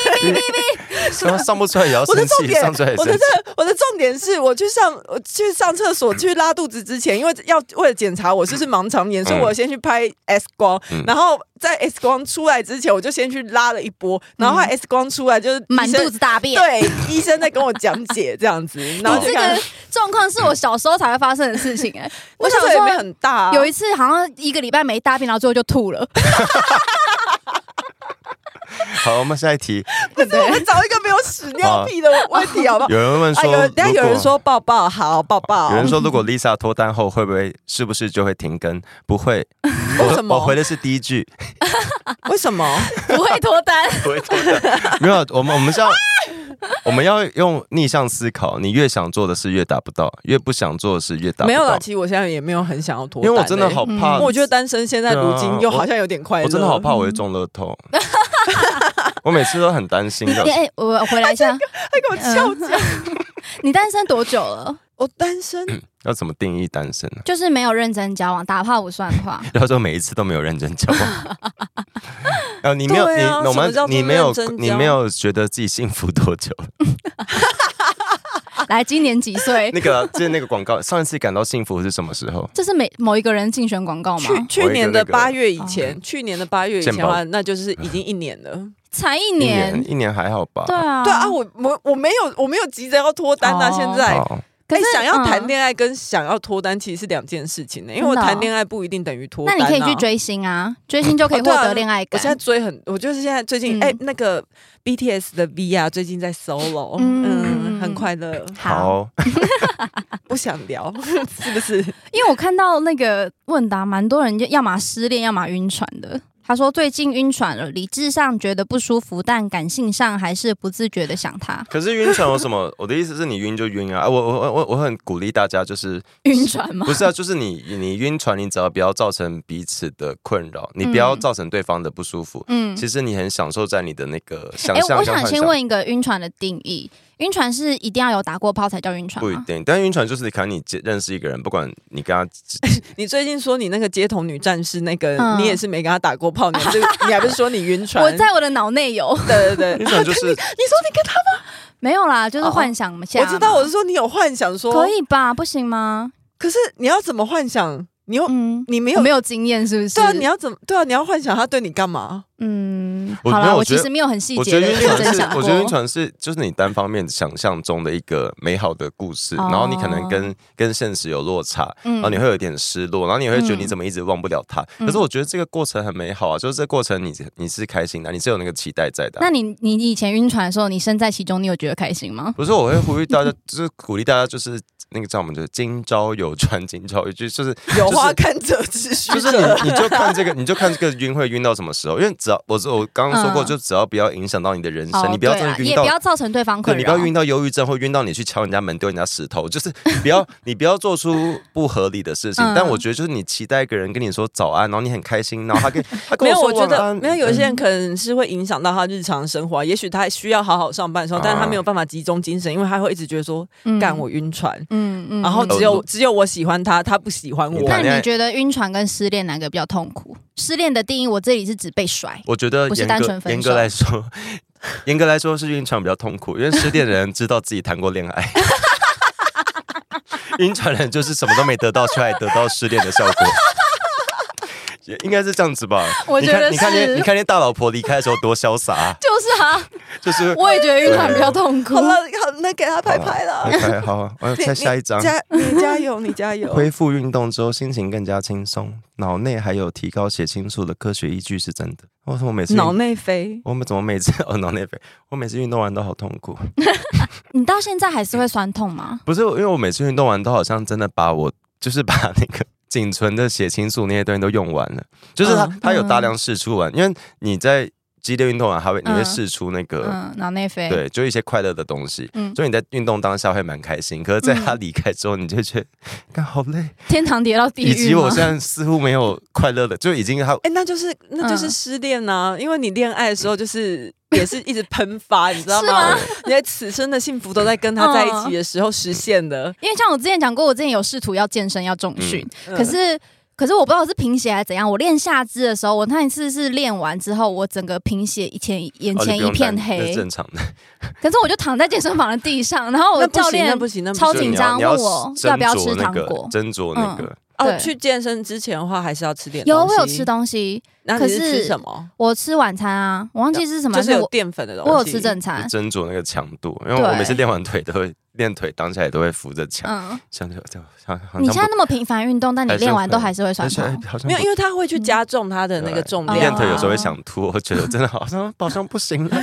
Speaker 1: 诊。
Speaker 2: 什么上不出来也要
Speaker 1: 我
Speaker 2: 生
Speaker 1: 的重
Speaker 2: 气，
Speaker 1: 点
Speaker 2: 上出来，也
Speaker 1: 我
Speaker 2: 生
Speaker 1: 的
Speaker 2: 气。
Speaker 1: 这我的重点是我去上我去上厕所去拉肚子之前，因为要为了检查我是不是盲肠炎，所以我先去拍 X 光，
Speaker 2: 嗯
Speaker 1: 然后在 X 光出来之前，我就先去拉了一波，然
Speaker 2: 嗯
Speaker 1: 后 X 光出来就是医生
Speaker 3: 满肚子大便。
Speaker 1: 对，医生在跟我讲解这样 子，然后
Speaker 3: 这
Speaker 1: 就看
Speaker 3: 个状况是我小时候才会发生的事情哎、
Speaker 1: 我
Speaker 3: 想
Speaker 1: 小时候也没
Speaker 3: 说
Speaker 1: 很大、啊，
Speaker 3: 有一次好像一个礼拜没大便，然后最后就吐 了。
Speaker 2: 好，我们下一题。
Speaker 1: 次我们找一个没有屎尿屁的问题好不好？
Speaker 2: 啊有人问
Speaker 1: 啊，
Speaker 2: 说，
Speaker 1: 有人，等一下有人
Speaker 2: 如果啊
Speaker 1: 说抱抱，好抱抱
Speaker 2: 有，人说，如果 Lisa 脱单后会不会是不是就会停更？不会，
Speaker 1: 为什
Speaker 2: 我
Speaker 1: 么
Speaker 2: 我回的是第一句，
Speaker 1: 为什么？
Speaker 3: 不会脱单，
Speaker 2: 不会脱单。没有，我们我们是要我们要用逆向思考，你越想做的事越达不到，越不想做的事越达不
Speaker 1: 没有啦，
Speaker 2: 到。
Speaker 1: 其实我现在也没有很想要脱
Speaker 2: 因
Speaker 1: 单欸、
Speaker 2: 为我真的好怕，啊
Speaker 3: 嗯
Speaker 1: 我觉得单身现在如今又好像有点快乐，
Speaker 2: 我真的好怕我会中乐 透，我每次都很担心的
Speaker 3: 哎、。我回来 一下，
Speaker 1: 他给我
Speaker 3: 嗯
Speaker 1: 翘脚。
Speaker 3: 你单身多久了？
Speaker 1: 我单身，
Speaker 2: 要怎么定义单身呢？
Speaker 3: 就是没有认真交往，打炮不算的 话，
Speaker 2: 然后说每一次都没有认真交往，呃，你没有、
Speaker 1: 对啊
Speaker 2: 你我
Speaker 1: 什么
Speaker 2: 们
Speaker 1: 叫做
Speaker 2: 你没有
Speaker 1: 认真交
Speaker 2: 你没有觉得自己幸福多久？
Speaker 3: 来，今年几 岁？
Speaker 2: 那个就是那个广告，上一次感到幸福是什么时候？
Speaker 3: 这是每某一个人竞选广告吗？
Speaker 1: 去去
Speaker 2: 我一个
Speaker 1: 年的
Speaker 2: 那个嗯
Speaker 1: 八月以前，去年的八月以前
Speaker 2: 健
Speaker 1: 的
Speaker 2: 保
Speaker 1: 话，那就是已经一年了。
Speaker 3: 才一
Speaker 2: 一
Speaker 3: 年，
Speaker 2: 一年还好吧？
Speaker 3: 对啊，
Speaker 1: 对啊，我我我没有我没有急着要脱单啊，
Speaker 3: 哦
Speaker 1: 现在。
Speaker 2: 好，
Speaker 3: 可
Speaker 1: 哎
Speaker 3: 是、
Speaker 1: 想要谈
Speaker 3: 嗯
Speaker 1: 恋爱跟想要脱单其实是两件事情呢、因为我
Speaker 3: 真的哦
Speaker 1: 谈恋爱不一定等于脱
Speaker 3: 那
Speaker 1: 单、啊。
Speaker 3: 你可以去。追星啊，追星就可以
Speaker 1: 哦
Speaker 3: 获
Speaker 1: 对啊
Speaker 3: 得恋爱
Speaker 1: 我
Speaker 3: 感。
Speaker 1: 现在追很，我就是现在最近
Speaker 3: 嗯
Speaker 1: 哎、那个 BTS 的 V 啊，最近在 solo，嗯
Speaker 3: 嗯
Speaker 1: 很快乐，
Speaker 3: 好，
Speaker 2: 好，
Speaker 1: 不想聊， 是不是？
Speaker 3: 因为我看到那个问答，蛮多人就要么失恋，要么晕船的。他说最近晕船了，理智上觉得不舒服，但感性上还是不自觉的想他。
Speaker 2: 可是晕船有什么？我的意思是你晕就晕啊！啊我我我我我很鼓励大家，就是
Speaker 3: 晕船吗
Speaker 2: 不？是啊，就是你你晕船，你只要不要造成彼此的困扰，你不要
Speaker 3: 嗯
Speaker 2: 造成对方的不舒服。
Speaker 3: 嗯，
Speaker 2: 其实你很享受在你的那个想
Speaker 3: 哎、
Speaker 2: 象
Speaker 3: 我
Speaker 2: 跟幻
Speaker 3: 想
Speaker 2: 想。
Speaker 3: 先问一个晕船的定义：晕船是一定要有打过炮才叫晕船
Speaker 2: 不一
Speaker 3: 吗？
Speaker 2: 定，但晕船就是可能你接认识一个人，不管你跟他
Speaker 1: 你最近说你那个街头女战士那个，
Speaker 3: 嗯
Speaker 1: 你也是没跟他打过泡尿，这个你还不是说你晕船？
Speaker 3: 我在我的脑内有，
Speaker 1: 对对
Speaker 2: 晕
Speaker 1: 对，
Speaker 2: 船就是
Speaker 3: 你说哦你跟他吗？ 没有啦，就是
Speaker 1: 哦
Speaker 3: 幻想下嘛。
Speaker 1: 我知道，我是说你有幻想说
Speaker 3: 可，以吧？不行吗？
Speaker 1: 可是你要怎么幻想？你又
Speaker 3: 嗯，
Speaker 1: 你没
Speaker 3: 我
Speaker 1: 有
Speaker 3: 没有经验，是不是？
Speaker 1: 对啊？你要怎么对啊？你要幻想他对你干 嘛？
Speaker 3: 嗯，
Speaker 2: 我
Speaker 3: 好
Speaker 2: 没
Speaker 3: 啦，
Speaker 2: 有
Speaker 3: 我
Speaker 2: 我觉
Speaker 3: 其
Speaker 2: 得
Speaker 3: 实没有很细
Speaker 2: 我觉得
Speaker 3: 节的
Speaker 2: 晕
Speaker 3: 认
Speaker 2: 船
Speaker 3: 真
Speaker 2: 是
Speaker 3: 想，
Speaker 2: 我
Speaker 3: 过。
Speaker 2: 觉得晕船是就是你单方面想象中的一个美好的故事，
Speaker 3: 哦
Speaker 2: 然后你可能跟跟现实有落差，
Speaker 3: 嗯
Speaker 2: 然哦后你会有点失落，然后你会觉得
Speaker 3: 嗯
Speaker 2: 你怎么一直忘不了他。
Speaker 3: 嗯
Speaker 2: 可是我觉得这个过程很美好啊，就是这过程你你是开心的，啊你是有那个期待在的啊。
Speaker 3: 那你你以前晕船的时候，你身在其中，你有觉得开心吗？
Speaker 2: 不是，我会呼吁大家，就是鼓励大家，就是那个叫我们就是今朝有船今朝有醉， 就是
Speaker 1: 有花看者自虚
Speaker 2: 就是你你就看这个，你就看这个晕会晕到什么时候，因为只要我我刚刚说过，
Speaker 3: 嗯
Speaker 2: 就只要不要影响到你的人
Speaker 3: 哦
Speaker 2: 生，啊你不要
Speaker 3: 对
Speaker 2: 真
Speaker 3: 啦
Speaker 2: 的晕
Speaker 3: 也
Speaker 2: 到
Speaker 3: 不。要造成对方
Speaker 2: 对，
Speaker 3: 困
Speaker 2: 你
Speaker 3: 扰。
Speaker 2: 不要晕到忧郁症，或晕到你去敲人家门、丢人家石头，就是你不 要你不要做出不合理的事情
Speaker 3: 嗯。
Speaker 2: 但我觉得，就是你期待一个人跟你说早安，然后你很开心，然后他 跟他跟
Speaker 1: 没有，
Speaker 2: 说
Speaker 1: 我觉
Speaker 2: 晚
Speaker 1: 得
Speaker 2: 安，嗯
Speaker 1: 没有。有些人可能是会影响到他日常生活啊，也许他需要好好上班的时候，但是他没有办法集中精神，因为他会一直觉得说，
Speaker 3: 嗯
Speaker 1: 干我晕船，
Speaker 3: 嗯嗯
Speaker 1: 然后
Speaker 3: 嗯
Speaker 1: 只有只有我喜欢他，他不喜欢我。
Speaker 3: 那
Speaker 2: 谈恋爱
Speaker 3: 你觉得晕船跟失恋哪个比较痛苦？失恋的定义，我这里是指被甩。
Speaker 2: 我觉得
Speaker 3: 不是
Speaker 2: 严
Speaker 3: 单纯
Speaker 2: 格
Speaker 3: 分
Speaker 2: 严格
Speaker 3: 手
Speaker 2: 来说，严格来说是晕船比较痛苦，因为失恋的人知道自己谈过恋爱， 晕船人就是什么都没得到，却还得到失恋的效果。也应该是这样子吧？
Speaker 3: 我觉得
Speaker 2: 你看，你看
Speaker 3: 是
Speaker 2: 那，你看那大老婆离开的时候多潇洒、啊，
Speaker 3: 就是啊，
Speaker 2: 就是
Speaker 3: 我也觉得晕船比较痛苦
Speaker 1: 好。了，好，那给他拍拍了。
Speaker 2: OK，好 啊，我要
Speaker 1: 你
Speaker 2: 再下一张
Speaker 1: 你。加你加油，你加油。
Speaker 2: 恢复运动之后，心情更加轻松，脑内还有提高血清素的科学依据是真的。我说我每次运
Speaker 1: 脑内飞，
Speaker 2: 我们怎么每次 哦脑内啡？我每次运动完都好痛苦。
Speaker 3: 你到现在还是会酸痛吗？
Speaker 2: 不是，因为我每次运动完都好像真的把我就是把那个 仅存的血清素那些东西都用完了，就是它、
Speaker 1: 嗯
Speaker 2: 它有大量释出完，因为你在激烈运动完，还会你会
Speaker 3: 嗯
Speaker 2: 释出那个、
Speaker 3: 嗯，脑内啡。
Speaker 2: 对，就一些快乐的东西。
Speaker 3: 嗯，
Speaker 2: 所以你在运动当下会蛮开心，可是在
Speaker 1: 嗯
Speaker 2: 他离开之后，你就觉得，干好累，
Speaker 3: 天堂跌到地
Speaker 2: 以及
Speaker 3: 狱
Speaker 2: 我
Speaker 3: 吗
Speaker 2: 现？在似乎没有快乐的，就已经他
Speaker 1: 哎，那就是那就是
Speaker 3: 嗯
Speaker 1: 失恋呐，因为你恋爱的时候就是。也是一直喷发，你知道吗？你的此生的幸福都在跟他在
Speaker 3: 嗯
Speaker 1: 一起的时候实现的。
Speaker 3: 因为像我之前讲过，我之前有试图要健身要重训，
Speaker 1: 嗯
Speaker 3: 可是。可是我不知道是贫血还是怎样，我练下肢的时候，我那一次是练完之后，我整个贫血，一前眼
Speaker 2: 哦你
Speaker 3: 前
Speaker 2: 不
Speaker 3: 一
Speaker 2: 用担
Speaker 3: 片
Speaker 2: 那
Speaker 3: 黑
Speaker 2: 是。正常的。
Speaker 3: 可是我就躺在健身房的地上，然后我
Speaker 1: 那不
Speaker 3: 教
Speaker 1: 行，那
Speaker 3: 练
Speaker 1: 不行，那不
Speaker 3: 超
Speaker 1: 行
Speaker 3: 紧张
Speaker 2: 你要
Speaker 3: 问我
Speaker 2: 斟
Speaker 3: 要不要
Speaker 2: 酌
Speaker 3: 吃
Speaker 2: 那
Speaker 3: 糖
Speaker 2: 个
Speaker 3: 果嗯
Speaker 2: 斟酌那个，
Speaker 1: 哦，
Speaker 3: 对
Speaker 1: 去健身之前的话，还是要吃点
Speaker 3: 有
Speaker 1: 东
Speaker 3: 我
Speaker 1: 西
Speaker 3: 有吃，东西，
Speaker 1: 那你是
Speaker 3: 可是
Speaker 1: 吃什么？
Speaker 3: 我吃晚餐啊，我忘记是什么，
Speaker 1: 就是
Speaker 3: 但
Speaker 1: 有
Speaker 3: 我
Speaker 1: 淀粉的东西。
Speaker 3: 我有吃正餐，
Speaker 2: 斟酌那个强度，因为我
Speaker 3: 啊对
Speaker 2: 每次练完腿都会练腿，当下也都会扶着墙，
Speaker 3: 嗯。
Speaker 2: 像就就像好像
Speaker 3: 你现在
Speaker 2: 不
Speaker 3: 那么频繁运动，但你
Speaker 2: 还是
Speaker 3: 练完
Speaker 2: 会
Speaker 3: 都还是会酸
Speaker 2: 而且
Speaker 3: 痛。
Speaker 2: 好像
Speaker 1: 没有，
Speaker 2: 不
Speaker 1: 因为它会去加重它的那个重量啊。
Speaker 2: 练腿有时候
Speaker 3: 嗯啊
Speaker 2: 会想吐，我觉得真的好 像好像不行了。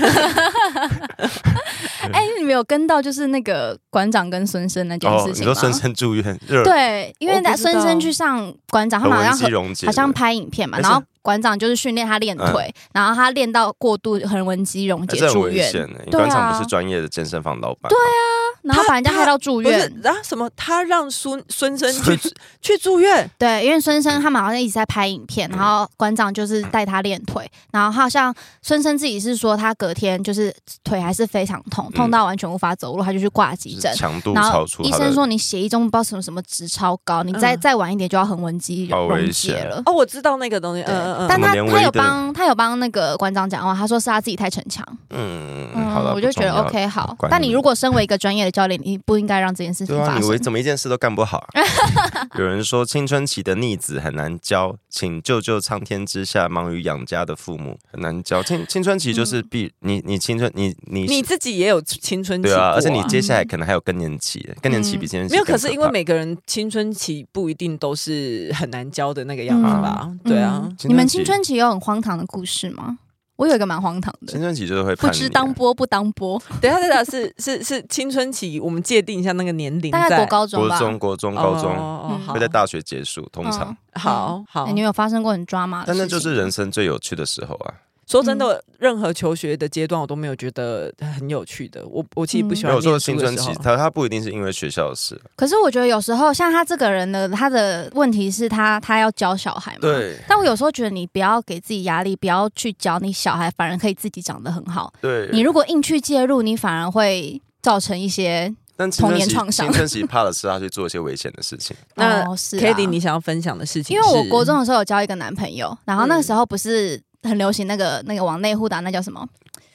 Speaker 3: 哎，你没有跟到就是那个馆长跟孙生那件
Speaker 2: 哦，
Speaker 3: 事
Speaker 2: 你
Speaker 3: 情
Speaker 2: 说
Speaker 3: 吗？
Speaker 2: 孙生住院热，
Speaker 3: 对，因
Speaker 1: 我
Speaker 3: 为
Speaker 1: 不
Speaker 3: 他
Speaker 1: 知
Speaker 3: 孙
Speaker 1: 道
Speaker 3: 生去上馆长，他
Speaker 2: 和
Speaker 3: 们好
Speaker 2: 文
Speaker 3: 像
Speaker 2: 肌
Speaker 3: 很
Speaker 2: 溶解
Speaker 3: 好
Speaker 2: 了，
Speaker 3: 像拍影片嘛，
Speaker 2: 而且
Speaker 3: 然后馆长就是训练他练腿，然后他练到过度横纹肌溶
Speaker 2: 哎
Speaker 3: 解
Speaker 2: 这嗯很
Speaker 3: 住
Speaker 2: 危
Speaker 3: 院，
Speaker 2: 险的。你
Speaker 3: 对
Speaker 2: 官场不
Speaker 3: 啊
Speaker 2: 是专业的健身房老板，对啊，
Speaker 3: 然后把人家
Speaker 1: 他
Speaker 3: 害到住
Speaker 1: 不是
Speaker 3: 院。
Speaker 1: 啊？什么？他让孙孙生去去住院？
Speaker 3: 对，因为孙生他们好像一直在拍影片，
Speaker 2: 嗯
Speaker 3: 然后馆长就是带他练腿，然后好像孙生自己是说他隔天就是腿还是非常痛，痛
Speaker 2: 嗯
Speaker 3: 到完全无法走路，他就去挂急
Speaker 2: 就是
Speaker 3: 诊。
Speaker 2: 强度
Speaker 3: 然
Speaker 2: 超
Speaker 3: 后
Speaker 2: 出
Speaker 3: 医
Speaker 2: 他的
Speaker 3: 生说你血液中不知道什么什么值超高，你再
Speaker 1: 嗯
Speaker 3: 再晚一点就要横纹肌
Speaker 2: 好
Speaker 3: 溶
Speaker 2: 危
Speaker 3: 溶解
Speaker 2: 险
Speaker 3: 了。
Speaker 1: 哦，我知道那个东西。
Speaker 3: 对
Speaker 1: 嗯嗯，
Speaker 3: 但
Speaker 1: 嗯。
Speaker 2: 我们
Speaker 3: 他
Speaker 2: 连
Speaker 3: 他
Speaker 2: 唯一
Speaker 3: 有
Speaker 2: 的
Speaker 3: 帮他有帮那个馆长讲话，他说是他自己太逞强。
Speaker 2: 嗯，
Speaker 3: 嗯，
Speaker 2: 好了，
Speaker 3: 我就
Speaker 2: 不
Speaker 3: 觉
Speaker 2: 重
Speaker 3: 得
Speaker 2: 要
Speaker 3: OK 好
Speaker 2: 管。
Speaker 3: 但
Speaker 2: 你
Speaker 3: 你如果身为一个专业的教练，你不应该让这件事情
Speaker 2: 对啊，
Speaker 3: 发
Speaker 2: 你
Speaker 3: 生
Speaker 2: 为。怎么一件事都干不好啊、有人说青春期的逆子很难教，请救救苍天之下忙于养家的父母，很难教。青青春期就是必、你你青春你你
Speaker 1: 你自己也有青春期
Speaker 2: 对
Speaker 1: 过
Speaker 2: 啊，而且你接下来可能还有更年期，更年期比青春期
Speaker 1: 没有，
Speaker 2: 更
Speaker 1: 可是因为
Speaker 2: 怕
Speaker 1: 每个人青春期不一定都是很难教的那个样子吧？
Speaker 3: 嗯
Speaker 1: 对啊，
Speaker 3: 你们青
Speaker 2: 青春期
Speaker 3: 春期有很荒唐的故事吗？我有一个蛮荒唐
Speaker 2: 青
Speaker 3: 的，
Speaker 2: 春期就是会
Speaker 3: 不
Speaker 2: 叛逆
Speaker 3: 知
Speaker 2: 啊
Speaker 3: 当波不当波，
Speaker 1: 等一下，等一下啊是是是青春期，我们界定一下那个年龄在，
Speaker 3: 大概国高中
Speaker 2: 国
Speaker 3: 吧。
Speaker 2: 中国中
Speaker 1: 哦、
Speaker 2: 高中、
Speaker 1: 哦
Speaker 3: 嗯
Speaker 1: 好
Speaker 2: 会在大学结束，通常。
Speaker 3: 嗯
Speaker 1: 好好
Speaker 3: 哎你。有发生过很抓马的事
Speaker 2: 但
Speaker 3: 情？
Speaker 2: 那就是人生最有趣的时候啊！
Speaker 1: 说
Speaker 3: 嗯
Speaker 1: 真的，任何求学的阶段，我都没有觉得很有趣的。我我其实
Speaker 3: 嗯
Speaker 1: 不喜
Speaker 2: 没
Speaker 1: 欢
Speaker 2: 有说
Speaker 1: 念书
Speaker 2: 青
Speaker 1: 啊的
Speaker 2: 春
Speaker 1: 时
Speaker 2: 期
Speaker 1: 候，，
Speaker 2: 它它不一定是因为学校的事，啊
Speaker 3: 可是我觉得有时候像他这个人呢，他的问题是他他要教小孩嘛。。
Speaker 2: 对
Speaker 3: 但我有时候觉得你不要给自己压力，不要去教你小孩，反而可以自己长得很好。
Speaker 2: 对。
Speaker 3: 你如果硬去介入，你反而会造成一些
Speaker 2: 但青
Speaker 3: 童
Speaker 2: 春
Speaker 3: 年
Speaker 2: 期
Speaker 3: 创伤
Speaker 2: 青春期怕的是他去做一些危险的事情。
Speaker 1: 那
Speaker 3: 哦是啊
Speaker 1: k a t i e 你想要分享的事情
Speaker 3: 因
Speaker 1: 是，
Speaker 2: 嗯
Speaker 3: 为我国中的时候有交一个男朋友，然后那个时候不是很流行那个那个往内互打，那叫什么？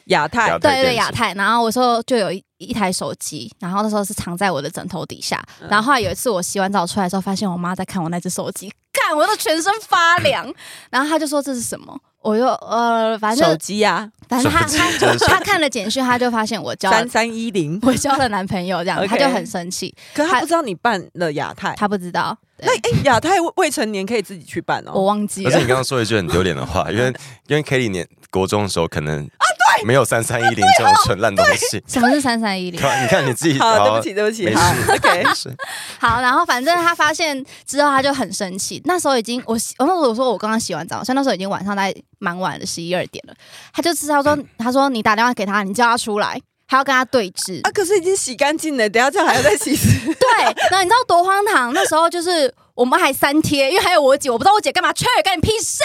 Speaker 1: 亚太
Speaker 2: 亚，
Speaker 3: 对
Speaker 2: 太
Speaker 3: 对，
Speaker 2: 电
Speaker 3: 亚
Speaker 2: 视
Speaker 3: 太。然后我说就有一一台手机，然后那时候是藏在我的枕头底下。
Speaker 2: 嗯
Speaker 3: 然后后来有一次我洗完澡出来的时候，发现我妈在看我那只手机，看我都全身发凉。然后她就说这是什么？我就呃，反正
Speaker 1: 手
Speaker 3: 就
Speaker 1: 机啊，
Speaker 3: 反正她
Speaker 2: 手机
Speaker 3: 她她看了简讯，她就发现我交了
Speaker 1: 三三一零。
Speaker 3: 我交了男朋友，这样
Speaker 1: OK
Speaker 3: 她就很生气，
Speaker 1: 可
Speaker 3: 还
Speaker 1: 他不知道你办了亚太，
Speaker 3: 她不知道。对
Speaker 1: 那哎，亚太未未成年可以自己去办
Speaker 3: 我
Speaker 1: 哦。
Speaker 3: 忘记
Speaker 2: 而且
Speaker 3: 了
Speaker 2: 你，刚刚说了一句很丢脸的话，因为因为 Kelly 年国中的时候可能啊对，没有三三一零
Speaker 1: 啊
Speaker 2: 这种蠢烂东西。
Speaker 3: 什么是三三一 零
Speaker 2: 你？看你看你自己， 哦
Speaker 1: 好，对不起，对不起，
Speaker 2: 没
Speaker 1: 好
Speaker 2: 事
Speaker 1: ，OK，啊
Speaker 2: 没事
Speaker 3: 好，然后反正他发现之后，他就很生气。那时候已经我洗，我那时候我说我刚刚洗完澡，所以那时候已经晚上大概蛮晚的，十一二点了。他就知道说，他说你打电话给他，你叫他出来，还要跟他对 峙。
Speaker 1: 啊，可是已经洗干净了，等一下这样还要再洗一次
Speaker 3: 对，那你知道多荒唐？那时候就是我们还三贴，因为还有我姐，我不知道我姐干嘛去，干你屁 事！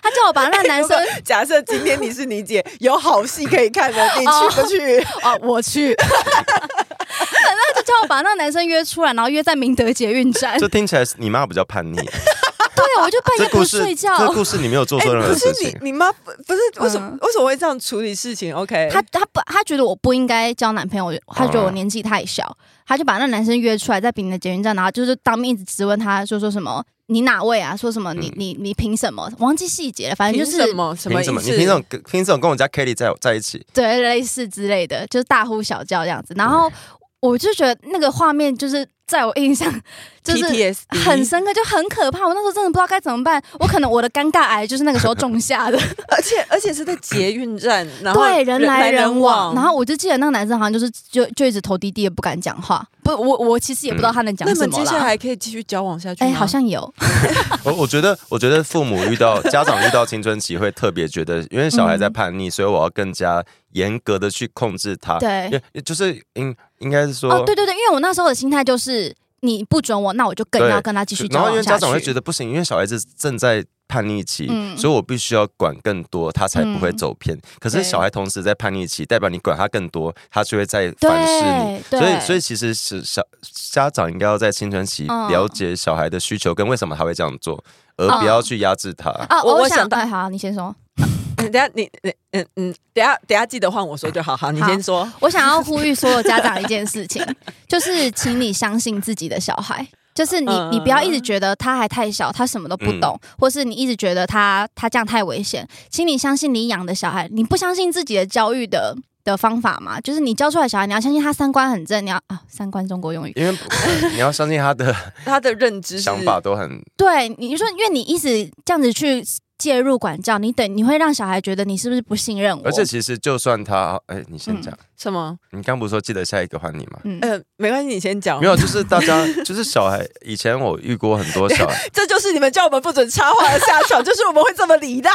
Speaker 3: 他叫我把那 男
Speaker 1: 如
Speaker 3: 生
Speaker 1: 果假设今天你是你姐，有好戏可以看的，你
Speaker 3: 哦
Speaker 1: 去不去？
Speaker 3: 哦，我 去。那就叫我把那男生约出来，然后约在明德捷运站。
Speaker 2: 这听起来是你妈比较叛逆。
Speaker 3: 对，我就半
Speaker 2: 这
Speaker 3: 夜
Speaker 2: 故
Speaker 3: 不
Speaker 2: 事
Speaker 3: 睡觉。
Speaker 2: 这故事你没有做
Speaker 1: 哎，
Speaker 2: 错任何
Speaker 1: 不是
Speaker 2: 事
Speaker 1: 你
Speaker 2: 情，，
Speaker 1: 你妈不不是为什么
Speaker 3: 嗯
Speaker 1: 为什么会这样处理事情？OK，
Speaker 3: 他他不，他觉得我不应该交男朋友，他觉
Speaker 1: 嗯
Speaker 3: 得我年纪太小，他就把那男生约出来在北宁的捷运站，然后就是当面一直质问他，就说什么你哪位啊？说什么你
Speaker 2: 嗯
Speaker 3: 你你凭什么？忘记细节了，反正
Speaker 1: 凭
Speaker 3: 啊就是
Speaker 1: 什么什么
Speaker 2: 凭
Speaker 1: 意
Speaker 2: 什么？你
Speaker 1: 思？
Speaker 2: 凭什么跟凭什么跟我家 Kelly 在在一起？
Speaker 3: 对类似之类的，就是大呼小叫这样子。然后我就觉得那个画面就是在我 印象就是
Speaker 1: PTS
Speaker 3: 很深刻，就很可怕。我那时候真的不知道该怎么办，我可能我的尴尬癌就是那个时候种下的。
Speaker 1: 而且而且是在捷运站， 然后
Speaker 3: 对，人来人
Speaker 1: 人
Speaker 3: 往。然
Speaker 1: 后
Speaker 3: 后我就记得那个男生好像就是就就一直头低低的不敢讲话，不，我我其实也不知
Speaker 2: 嗯
Speaker 3: 道他能讲
Speaker 1: 那你
Speaker 3: 什
Speaker 1: 们
Speaker 3: 么
Speaker 1: 接下来
Speaker 3: 啦。
Speaker 1: 还可以继续交往下去
Speaker 3: 哎、
Speaker 1: 吗？
Speaker 3: 好像有，
Speaker 2: 我我觉得，我觉得父母遇到家长遇到青春期会特别觉得，因为小孩
Speaker 1: 嗯
Speaker 2: 在叛逆，所以我要更加严格的去控制他。
Speaker 3: 对
Speaker 2: 因为，就是应应该是说，
Speaker 3: 哦，对对对，因为我那时候的心态就是你不准我，那我就更
Speaker 2: 对
Speaker 3: 要跟他继续
Speaker 2: 然
Speaker 3: 交
Speaker 2: 后因为
Speaker 3: 往
Speaker 2: 家
Speaker 3: 下
Speaker 2: 长会
Speaker 3: 去
Speaker 2: 觉。得不行，因为小孩子正在叛逆期，
Speaker 3: 嗯
Speaker 2: 所以我必须要管更多，他才不会走偏。可是
Speaker 3: 对
Speaker 2: 小孩同时在叛逆期，代表你管他更多，他就会再反噬你。
Speaker 3: 对
Speaker 2: 所以，
Speaker 3: 对
Speaker 2: 所以其实是小家长应该要在青春期
Speaker 3: 嗯
Speaker 2: 了解小孩的需求跟为什么他会这样做，而不
Speaker 3: 嗯
Speaker 2: 要去压制 他。
Speaker 3: 啊，
Speaker 1: 我
Speaker 3: 我
Speaker 1: 我
Speaker 3: 想
Speaker 1: 想到
Speaker 3: 到，哎好，你先说。
Speaker 1: 等一下你你嗯嗯，等一下等一下记得换我说就好，好，你
Speaker 3: 好
Speaker 1: 先说。
Speaker 3: 我想要呼吁所有家长一件事情，就是请你相信自己的小孩。就是你，
Speaker 1: 嗯
Speaker 3: 你不要一直觉得他还太小，他什么都不
Speaker 2: 嗯
Speaker 3: 懂，或是你一直觉得他他这样太危险。请你相信你养的小孩，你不相信自己的教育的的方法嘛？就是你教出来的小孩，你要相信他三观很正，你要啊，三观中国用语。
Speaker 2: 因为呃你要相信他的
Speaker 1: 他的认知是
Speaker 2: 想法都 很
Speaker 3: 对，你说，因为你一直这样子去介入管教，你等你会让小孩觉得你是不是不信任我？
Speaker 2: 而且其实就算他，哎、你先讲，
Speaker 1: 什么？
Speaker 2: 你刚不是说记得下一个换你吗？
Speaker 3: 嗯，
Speaker 1: 呃，没关系，你先讲。
Speaker 2: 没有，就是大家， 就是小孩。以前我遇过很多小孩，
Speaker 1: 这就是你们叫我们不准插话的下 场，就是我们会这么礼让。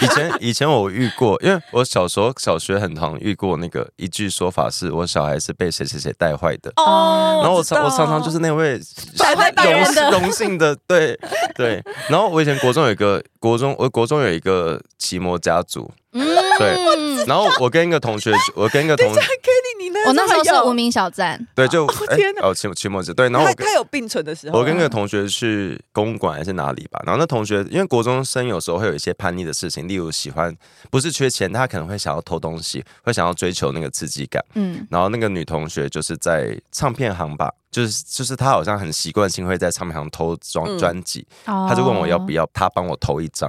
Speaker 2: 以前以前我遇过，因为我小时候小学很常遇过那个一句说法是我小孩是被谁谁谁带坏的，
Speaker 3: 哦
Speaker 2: 然后我
Speaker 1: 知道哦
Speaker 2: 常我常常就是那位
Speaker 1: 带坏别
Speaker 2: 荣
Speaker 1: 人
Speaker 2: 幸荣幸的，对对。然后我以前国中有一个国中，我国中有一个奇摩家族，
Speaker 3: 嗯，
Speaker 2: 对然后我跟一个同学，我跟一个同
Speaker 1: Kitty，你那
Speaker 3: 我那时候是
Speaker 1: 有
Speaker 3: 无名小站，
Speaker 2: 对就哎
Speaker 1: 天哪
Speaker 2: 哦奇奇摩家对，然后
Speaker 1: 他
Speaker 2: 我跟
Speaker 1: 他有并存的时候啊，
Speaker 2: 我跟
Speaker 3: 嗯
Speaker 2: 那个同学去公馆还是哪里吧，然后那同学因为国中生有时候会有一些叛逆的事情，例如喜欢不是缺钱，他可能会想要偷东西，会想要追求那个刺激感。
Speaker 3: 嗯，
Speaker 2: 然后那个女同学就是在唱片行吧，就是就是她好像很习惯性会在唱片行偷专
Speaker 1: 嗯
Speaker 2: 专辑，
Speaker 3: 他
Speaker 2: 她就问我要不要，她帮我投一张，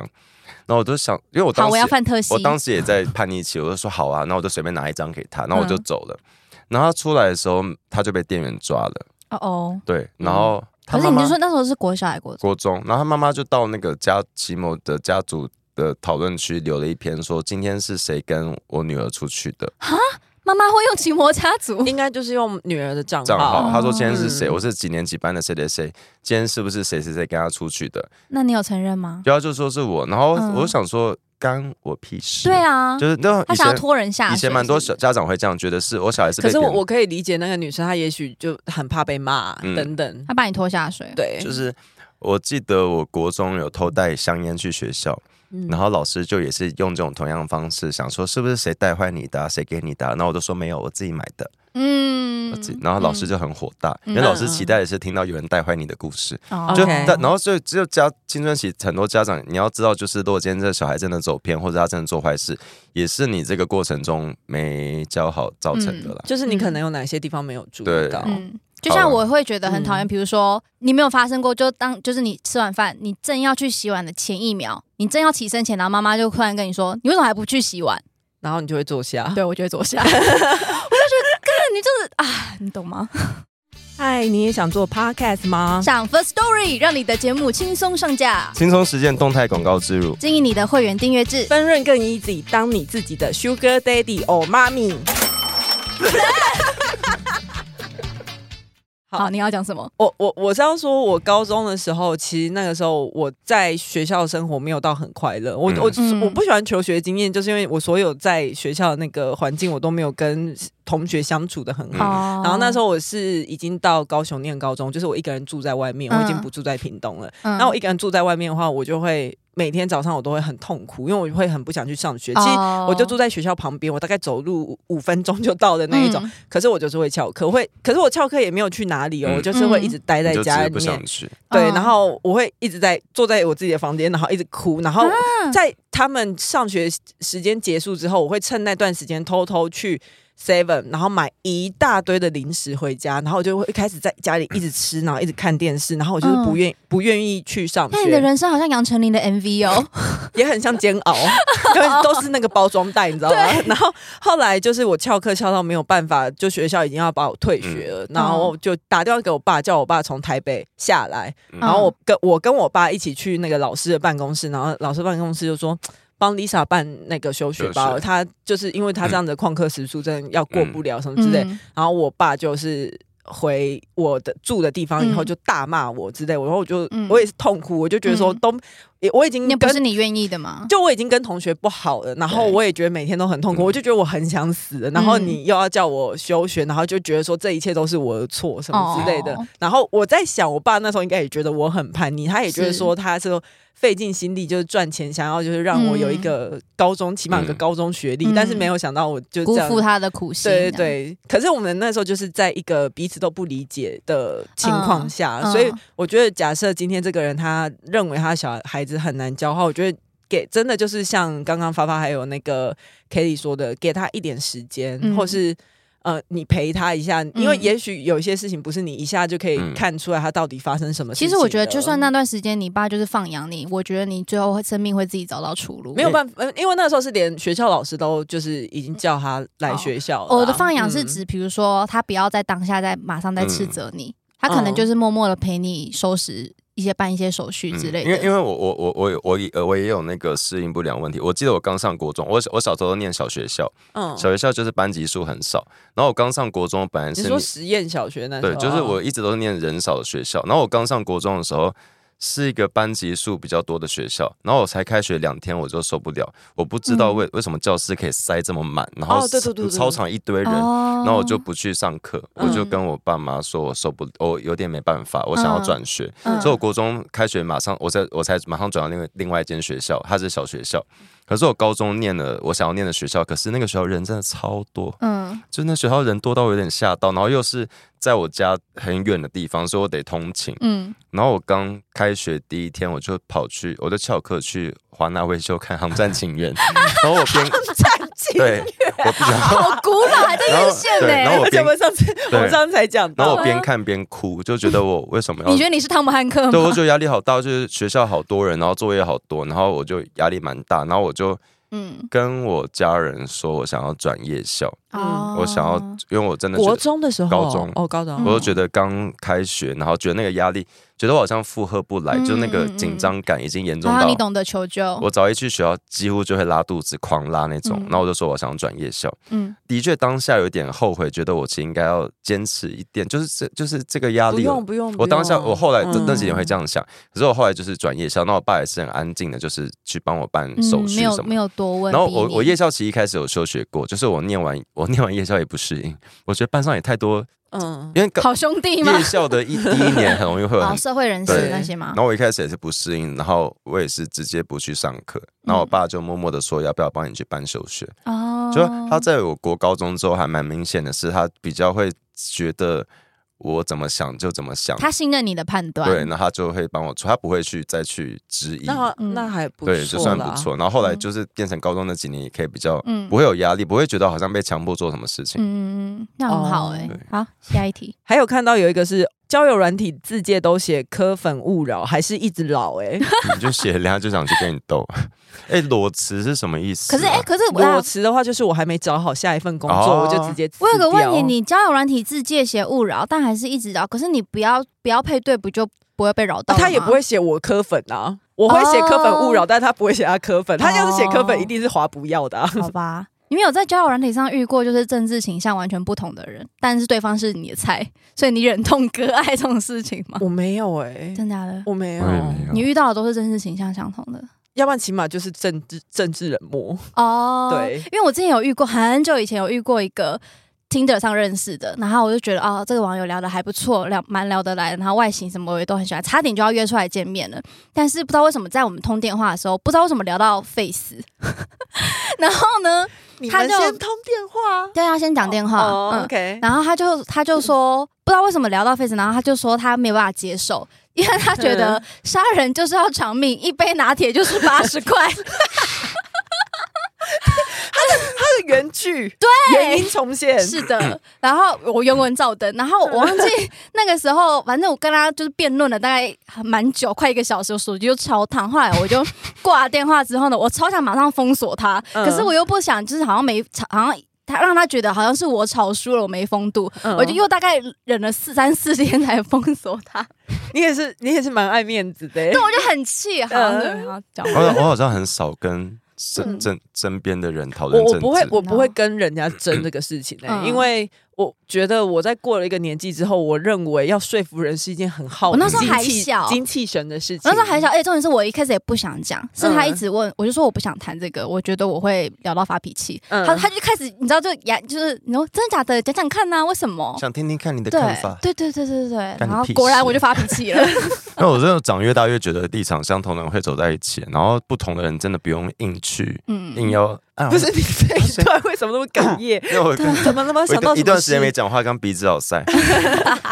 Speaker 2: 然后我就想，因为我
Speaker 3: 哦好，
Speaker 2: 当
Speaker 3: 我
Speaker 2: 时
Speaker 3: 要范特西。
Speaker 2: 我当时也在叛逆期，我就说好啊，那我就随便拿一张给她，然后我就
Speaker 3: 嗯
Speaker 2: 走了。然后她出来的时候，她就被店员抓了，
Speaker 3: 哦哦，
Speaker 2: 对，然后她
Speaker 3: 可
Speaker 2: 妈
Speaker 3: 是
Speaker 2: 妈。
Speaker 3: 你就说那时候是国小还是国中？
Speaker 2: 国中，然后他妈妈就到那个家奇某的家族的讨论区留了一篇说，今天是谁跟我女儿出去的
Speaker 3: 妈妈会用奇摩家族，
Speaker 1: 应该就是用女儿的账
Speaker 2: 账号。
Speaker 1: 号。
Speaker 2: 他说今天是谁，
Speaker 1: 嗯
Speaker 2: 我是几年几班的谁谁谁，今天是不是谁谁谁跟他出去的？
Speaker 3: 那你有承认吗？
Speaker 2: 然后就说是我，然后
Speaker 3: 嗯
Speaker 2: 我就想说干我屁事，
Speaker 3: 对，啊
Speaker 2: 就，是那
Speaker 3: 他
Speaker 2: 以
Speaker 3: 想要
Speaker 2: 前
Speaker 3: 拖人下水。
Speaker 2: 以前蛮多
Speaker 3: 是
Speaker 2: 小家长会这样觉得，是我小孩是被
Speaker 1: 可是
Speaker 2: 别
Speaker 1: 我
Speaker 2: 人
Speaker 1: 我可以理解那个女生，她也许就很怕被骂
Speaker 2: 嗯
Speaker 1: 等等。
Speaker 3: 他把你拖下水。
Speaker 1: 对，
Speaker 2: 就是我记得我国中有偷带香烟去学校，
Speaker 1: 嗯
Speaker 2: 然后老师就也是用这种同样的方式，想说是不是谁带坏你的啊、谁给你的啊、然后我就说没有，我自己买的。
Speaker 3: 嗯
Speaker 2: 我自己然后老师就很火大，
Speaker 1: 嗯
Speaker 2: 因为老师期待的是听到有人带坏你的故事。
Speaker 3: 哦
Speaker 2: 就
Speaker 1: OK
Speaker 2: 但然后就只有家青春期很多家长，你要知道，就是如果今天这个小孩真的走偏，或者他真的做坏事，也是你这个过程中没教好造成的啦。
Speaker 1: 就是你可能有哪些地方没有注意
Speaker 2: 对
Speaker 1: 到，
Speaker 3: 嗯，就像我会觉得很讨厌，
Speaker 1: 嗯
Speaker 3: 比如说你没有发生过，就当就是你吃完饭，你正要去洗碗的前一秒，你正要起身前，然后妈妈就突然跟你说：“你为什么还不去洗碗
Speaker 1: 然后你就会坐下？”。
Speaker 3: 对我就会坐下，我就觉得，干，你就是啊，你懂 吗？
Speaker 1: 嗨，你也想做 podcast 吗？
Speaker 3: 上 First Story 让你的节目轻松上架，
Speaker 2: 轻松实践动态广告植入，
Speaker 3: 经营你的会员订阅制。
Speaker 1: 分润更 easy，当你自己的 sugar daddy or mommy。
Speaker 3: 好，你要讲什么？
Speaker 1: 我我我是要说，我高中的时候，其实那个时候我在学校生活没有到很快乐。我、
Speaker 2: 嗯
Speaker 1: 我
Speaker 3: 嗯
Speaker 1: 我不喜欢求学经验，就是因为我所有在学校的那个环境，我都没有跟同学相处的很
Speaker 2: 嗯
Speaker 1: 好。
Speaker 3: 哦
Speaker 1: 然后那时候我是已经到高雄念高中，就是我一个人住在外面，
Speaker 3: 嗯
Speaker 1: 我已经不住在屏东了。
Speaker 3: 嗯，
Speaker 1: 那我一个人住在外面的话，我就会每天早上我都会很痛苦，因为我会很不想去上学。其实
Speaker 3: 哦
Speaker 1: 我就住在学校旁边，我大概走路五五分钟就到的那一种。
Speaker 3: 嗯
Speaker 1: 可是我就是会翘课，会可是我翘课也没有去哪里哦，
Speaker 2: 嗯
Speaker 1: 我就是会一直待在
Speaker 2: 你就只
Speaker 1: 家
Speaker 2: 是
Speaker 1: 里
Speaker 2: 不
Speaker 1: 面
Speaker 2: 想，去。
Speaker 1: 对，
Speaker 3: 嗯
Speaker 1: 然后我会一直在坐在我自己的房间，然后一直哭，然
Speaker 3: 啊
Speaker 1: 后在他们上学时间结束之后，我会趁那段时间偷偷去 Seven，然后买一大堆的零食回家，然后我就会开始在家里一直吃，然后一直看电视，然后我就是不愿、不愿意去上
Speaker 3: 嗯那你的
Speaker 1: 学，
Speaker 3: 人生好像杨丞琳的 MV 哦，
Speaker 1: 也很像煎熬，因为都是那个包装袋，你知道吗？然后后来就是我翘课翘到没有办法，就学校已经要把我退学了，然
Speaker 3: 嗯
Speaker 1: 后就打电话给我爸，叫我爸从台北下来，嗯然后
Speaker 3: 嗯
Speaker 1: 我跟我跟我爸一起去那个老师的办公室，然后老师办公室就说。帮 Lisa 办那个休学
Speaker 2: 休
Speaker 1: 吧，
Speaker 2: 学
Speaker 1: 他就是因为他这样子旷课时数真的要过不了什么之类，
Speaker 3: 嗯
Speaker 1: 然后我爸就是回我的住的地方以后
Speaker 3: 嗯
Speaker 1: 就大骂我之类，然后我就、
Speaker 3: 嗯
Speaker 1: 我也是痛苦，我就觉得说
Speaker 3: 嗯
Speaker 1: 都、也我已经
Speaker 3: 那不
Speaker 1: 跟
Speaker 3: 是你愿意的吗？
Speaker 1: 就我已经跟同学不好了，然后
Speaker 3: 对
Speaker 1: 我也觉得每天都很痛苦，我就觉得我很想死了。然后
Speaker 3: 嗯
Speaker 1: 你又要叫我休学，然后就觉得说这一切都是我的错什么之类的。
Speaker 3: 哦
Speaker 1: 然后我在想，我爸那时候应该也觉得我很叛逆，他也觉得说他是费尽心力就是赚钱，想要就是让我有一个高中，起码有个
Speaker 2: 嗯
Speaker 1: 高中学历，
Speaker 3: 嗯
Speaker 1: 但是没有想到我就
Speaker 3: 辜
Speaker 1: 这样
Speaker 3: 负。他的苦心，啊
Speaker 1: 对对对，可是我们那时候就是在一个彼此都不理解的情况下，
Speaker 3: 嗯嗯
Speaker 1: 所以我觉得，假设今天这个人他认为他小孩子很难教的话，我觉得给真的就是像刚刚发发还有那个 Kelly 说的，给他一点时间，
Speaker 3: 嗯
Speaker 1: 或是呃，你陪他一下，因为也许有些事情不是你一下就可以
Speaker 2: 嗯
Speaker 1: 看出来他到底发生什么事
Speaker 3: 其
Speaker 1: 情了。
Speaker 3: 实我觉得，就算那段时间你爸就是放养你，我觉得你最后会生命会自己找到出路。
Speaker 1: 没有办法，呃因为那时候是连学校老师都就是已经叫他来学校了啊、
Speaker 3: 哦我的放养是
Speaker 1: 嗯
Speaker 3: 指，比如说他不要在当下在马上在斥责你，他可能
Speaker 1: 嗯
Speaker 3: 就是默默的陪你收拾一些办一些手续之类
Speaker 2: 嗯
Speaker 1: 嗯
Speaker 2: 因为因
Speaker 3: 的。
Speaker 2: 为我我我我我也呃我也有那个适应不良问题。我记得我刚上国中，我我小时候念小学校，
Speaker 1: 嗯
Speaker 2: 小学校就是班级数很少。然后我刚上国中，本来
Speaker 1: 你
Speaker 2: 是
Speaker 1: 说实验小学那时候啊，
Speaker 2: 对，就是我一直都是念人少的学校，然后我刚上国中的时候是一个班级数比较多的学校，然后我才开学两天我就受不了，我不知道为、为什么教室可以塞这么满，然后
Speaker 1: 嗯哦对对对对
Speaker 2: 操场一堆人。
Speaker 3: 哦
Speaker 2: 然后我就不去上课，
Speaker 1: 嗯
Speaker 2: 我就跟我爸妈说，我受不了，我有点没办法，我想要转学。
Speaker 3: 嗯
Speaker 2: 所以，我国中开学马上，我在我才马上转到另外另外一间学校，它是小学校。可是我高中念了我想要念的学校，可是那个学校人真的超多，
Speaker 3: 嗯
Speaker 2: 就那学校人多到我有点吓到，然后又是在我家很远的地方，所以我得通勤。
Speaker 3: 嗯，
Speaker 2: 然后我刚开学第一天，我就跑去，我就翘课去华纳维修看《航站情缘》，然后我边
Speaker 1: 战绩。
Speaker 2: 对，我不 想，
Speaker 3: 好古老，还在
Speaker 2: 然
Speaker 3: 院
Speaker 2: 后
Speaker 3: 线
Speaker 2: 对然后
Speaker 3: 呢。
Speaker 2: 我
Speaker 1: 而且我
Speaker 2: 边
Speaker 1: 们上次我
Speaker 2: 对
Speaker 1: 们上次才讲
Speaker 2: 然后
Speaker 1: 到
Speaker 2: 我，边看边哭，就觉得我为什么要
Speaker 3: 你觉得你是汤姆汉克
Speaker 2: 对，我
Speaker 3: 吗？
Speaker 2: 觉得压力好 大，就是学校好多人，然后作业好多，然后我就压力蛮大，然后我就
Speaker 3: 嗯，
Speaker 2: 跟我家人说我想要转夜校，
Speaker 3: 哦
Speaker 2: 我想要，因为我真的觉
Speaker 1: 国
Speaker 2: 得，
Speaker 1: 中的时候，
Speaker 2: 高中
Speaker 1: 哦，高中
Speaker 3: 嗯
Speaker 2: 我就觉得刚开学，然后觉得那个压力，觉得我好像负荷不来，
Speaker 3: 嗯
Speaker 2: 就那个
Speaker 3: 嗯嗯
Speaker 2: 紧张感已经严重
Speaker 3: 然后你
Speaker 2: 到。
Speaker 3: 懂得求救。
Speaker 2: 我早一去学校，几乎就会拉肚子，狂拉那种。
Speaker 3: 嗯
Speaker 2: 然后我就说我想要转夜校，
Speaker 3: 嗯，
Speaker 2: 的确当下有点后悔，觉得我其实应该要坚持一点，就是这就是这个压
Speaker 1: 不
Speaker 2: 力有
Speaker 1: 用不用，
Speaker 2: 我当下，
Speaker 1: 不用
Speaker 2: 我后来那
Speaker 1: 嗯
Speaker 2: 那几年会这样想，可是我后来就是转夜校，那我爸也是很安静的，就是去帮我办嗯手续
Speaker 3: 嗯没有
Speaker 2: 什么
Speaker 3: 没
Speaker 2: 的。
Speaker 3: 有多问。
Speaker 2: 然后我
Speaker 3: 逼你
Speaker 2: 我夜校其实一开始有休学过，就是我念完我念完夜校也不适应，我觉得班上也太多
Speaker 1: 嗯，
Speaker 2: 因为刚
Speaker 3: 好兄弟吗
Speaker 2: 夜？校的一第一年很容易会有
Speaker 3: 好
Speaker 2: 很。
Speaker 3: 社会人士
Speaker 2: 对
Speaker 3: 那些吗
Speaker 2: 然？后我一开始也是不适应，然后我也是直接不去上课，
Speaker 3: 嗯
Speaker 2: 然后我爸就默默的说要不要帮你去办休学，
Speaker 3: 哦，
Speaker 2: 就他在我国高中之后还蛮明显的是，他比较会觉得我怎么想就怎么想，
Speaker 3: 他信任你的判断，
Speaker 2: 对，那他就会帮我出，他不会去再去质疑，
Speaker 1: 那
Speaker 3: 嗯
Speaker 1: 那还不错啦，嗯
Speaker 2: 对，就算不错。然后后来就是变成高中那几年，也可以比较
Speaker 3: 嗯
Speaker 2: 不会有压力，不会觉得好像被强迫做什么事 情。
Speaker 3: 嗯，那很好哎、
Speaker 2: 对
Speaker 3: 好，下一题，
Speaker 1: 还有看到有一个是交友软体字界都写科粉勿扰，还是一直老 哎、
Speaker 2: 你就写人家就想去跟你斗，哎，裸辞是什么意思
Speaker 3: 可
Speaker 2: 啊？
Speaker 3: 是哎、可是我
Speaker 1: 裸辞的话，就是我还没找好下一份工作，
Speaker 2: 哦
Speaker 1: 我就直接辞
Speaker 3: 我有个问题，
Speaker 1: 掉
Speaker 3: 你交友软体字界写勿扰，但还是一直扰，可是你不要不要配对，不就不会被扰到、
Speaker 1: 啊他也不，会写我科粉啊，我会写科粉勿扰，
Speaker 3: 哦
Speaker 1: 但他不会写他科粉，他要是写科粉
Speaker 3: 哦
Speaker 1: 一定是划不要的、啊。
Speaker 3: 好吧？你们有在交友软体上遇过就是政治倾向完全不同的人，但是对方是你的菜，所以你忍痛割爱这种事情吗？
Speaker 1: 我没有哎、
Speaker 3: 真的假的？
Speaker 1: 我没有
Speaker 2: 我，也没有
Speaker 3: 你遇到的都是政治倾向相同的
Speaker 1: 要不然起码就是政治政治冷漠。
Speaker 3: 哦
Speaker 1: 对
Speaker 3: 因为我之前有遇过，很久以前有遇过一个 Tinder 上认识的，然后我就觉得哦，这个网友聊得还不错，聊蛮聊得来的，然后外形什么我也都很喜欢，差点就要约出来见面了。但是不知道为什么，在我们通电话的时候，不知道为什么聊到 face，然后呢，
Speaker 1: 你
Speaker 3: 他
Speaker 1: 们
Speaker 3: 就
Speaker 1: 先通电话，
Speaker 3: 对啊，先讲电话，
Speaker 1: 哦、
Speaker 3: 嗯
Speaker 1: o k
Speaker 3: 然后他就他就说，不知道为什么聊到 face，然后他就说他没有办法接受，因为他觉得杀人就是要偿命，一杯拿铁就是八十块，
Speaker 1: 这个原剧 对原因重现，
Speaker 3: 是的，然后我原文照登，然后我忘记
Speaker 1: 嗯
Speaker 3: 那个时候，反正我跟他就是辩论了大概蛮久，快一个小时，我手机就超烫。后来我就挂了电话之后呢，我超想马上封锁他，
Speaker 1: 嗯
Speaker 3: 可是我又不想，就是好像没好像。他让他觉得好像是我吵输了，我没风度，
Speaker 1: 嗯
Speaker 3: 我就又大概忍了四三四天才封锁他，
Speaker 1: 你也是你也是蛮爱面子的、欸
Speaker 3: 那、，我就很气，好像
Speaker 1: 嗯
Speaker 3: 对，好讲
Speaker 2: 我好我好像很少跟身身身边的人讨论
Speaker 1: 我我
Speaker 2: 政治，
Speaker 1: 不会，我不会
Speaker 3: No
Speaker 1: 跟人家 争这个事情的、欸
Speaker 3: 嗯
Speaker 1: 因为我觉得我在过了一个年纪之后，我认为要说服人是一件很耗
Speaker 3: 我那时候还
Speaker 1: 精气
Speaker 3: 小
Speaker 1: 精气神的事情。
Speaker 3: 那时候还小，，而且重点是我一开始也不想讲，是
Speaker 1: 嗯
Speaker 3: 他一直问，我就说我不想谈这个，我觉得我会聊到发脾气。
Speaker 1: 嗯
Speaker 3: 他他就开始，你知道就呀，就是你说真的假的，讲讲看呐、为什么？
Speaker 2: 想听听看你的
Speaker 3: 对
Speaker 2: 看法。
Speaker 3: 对对对对对对，
Speaker 2: 干
Speaker 3: 然
Speaker 2: 你
Speaker 3: 后
Speaker 2: 屁
Speaker 3: 果然我
Speaker 2: 事
Speaker 3: 就发脾气了。
Speaker 2: 那我真的长越大越觉得立场相同的人会走在一起，然后不同的人真的不用硬去
Speaker 3: 嗯，
Speaker 2: 硬要，啊
Speaker 1: 不是 你这一段为什么那么哽咽？
Speaker 2: 因为我跟
Speaker 1: 怎么了吗？
Speaker 2: 我一
Speaker 1: 想到
Speaker 2: 段一段时间没
Speaker 1: 什
Speaker 2: 讲话，刚鼻子老塞。
Speaker 1: 么事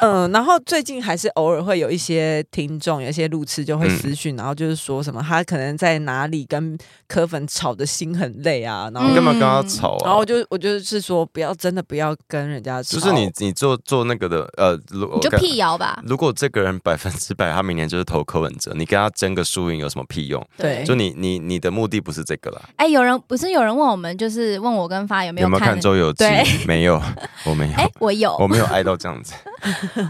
Speaker 1: 嗯，然后最近还是偶尔会有一些听众，有一些路痴就会私讯，然后就是说什么他可能在哪里跟柯粉吵的心很累啊，然后、
Speaker 3: 嗯
Speaker 2: 你干嘛跟他吵啊？
Speaker 1: 然后我就我就是说不要真的不要跟人家吵，
Speaker 2: 就是你你做做那个的呃，如
Speaker 3: 你就
Speaker 2: 我跟
Speaker 3: 辟谣吧。
Speaker 2: 如果这个人百分之百，他明年就是投柯文哲，你跟他争个输赢有什么屁用？
Speaker 3: 哎
Speaker 1: 对
Speaker 2: 就你你你的目的不是这个啦。
Speaker 3: 哎，有人不是有人问我们，就是问我跟发有没
Speaker 2: 有没有
Speaker 3: 看
Speaker 2: 看周游记
Speaker 3: 对？
Speaker 2: 没有，我没有，
Speaker 3: 哎，我有，
Speaker 2: 我没有爱到这样子。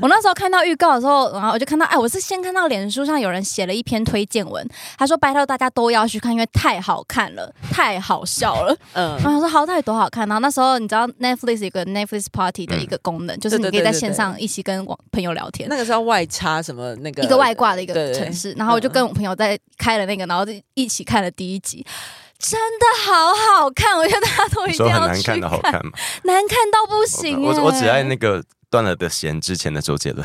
Speaker 3: 我那时候看到预告的时候，然后我就看到，哎，我是先看到脸书上有人写了一篇推荐文，他说拜托大家都要去看，因为太好看了，太好笑了。
Speaker 1: 嗯
Speaker 3: 我想说好歹多好看。然后那时候你知道 Netflix 有个 Netflix Party 的一个功能，就是你可以在线上一起跟网朋友聊天。
Speaker 1: 那个是要外插什么那个
Speaker 3: 一个外挂的一
Speaker 1: 对
Speaker 3: 个
Speaker 1: 对嗯
Speaker 3: 城市，然后我就跟我朋友在开了那个，然后就一起看了第一集，真的好好看，我觉得大家都一
Speaker 2: 你说
Speaker 3: 定
Speaker 2: 很
Speaker 3: 要
Speaker 2: 难
Speaker 3: 去
Speaker 2: 看的好看吗？
Speaker 3: 难看到不行、
Speaker 2: 我我我只爱
Speaker 3: 哎
Speaker 2: 那个断了的弦之前的周杰 伦，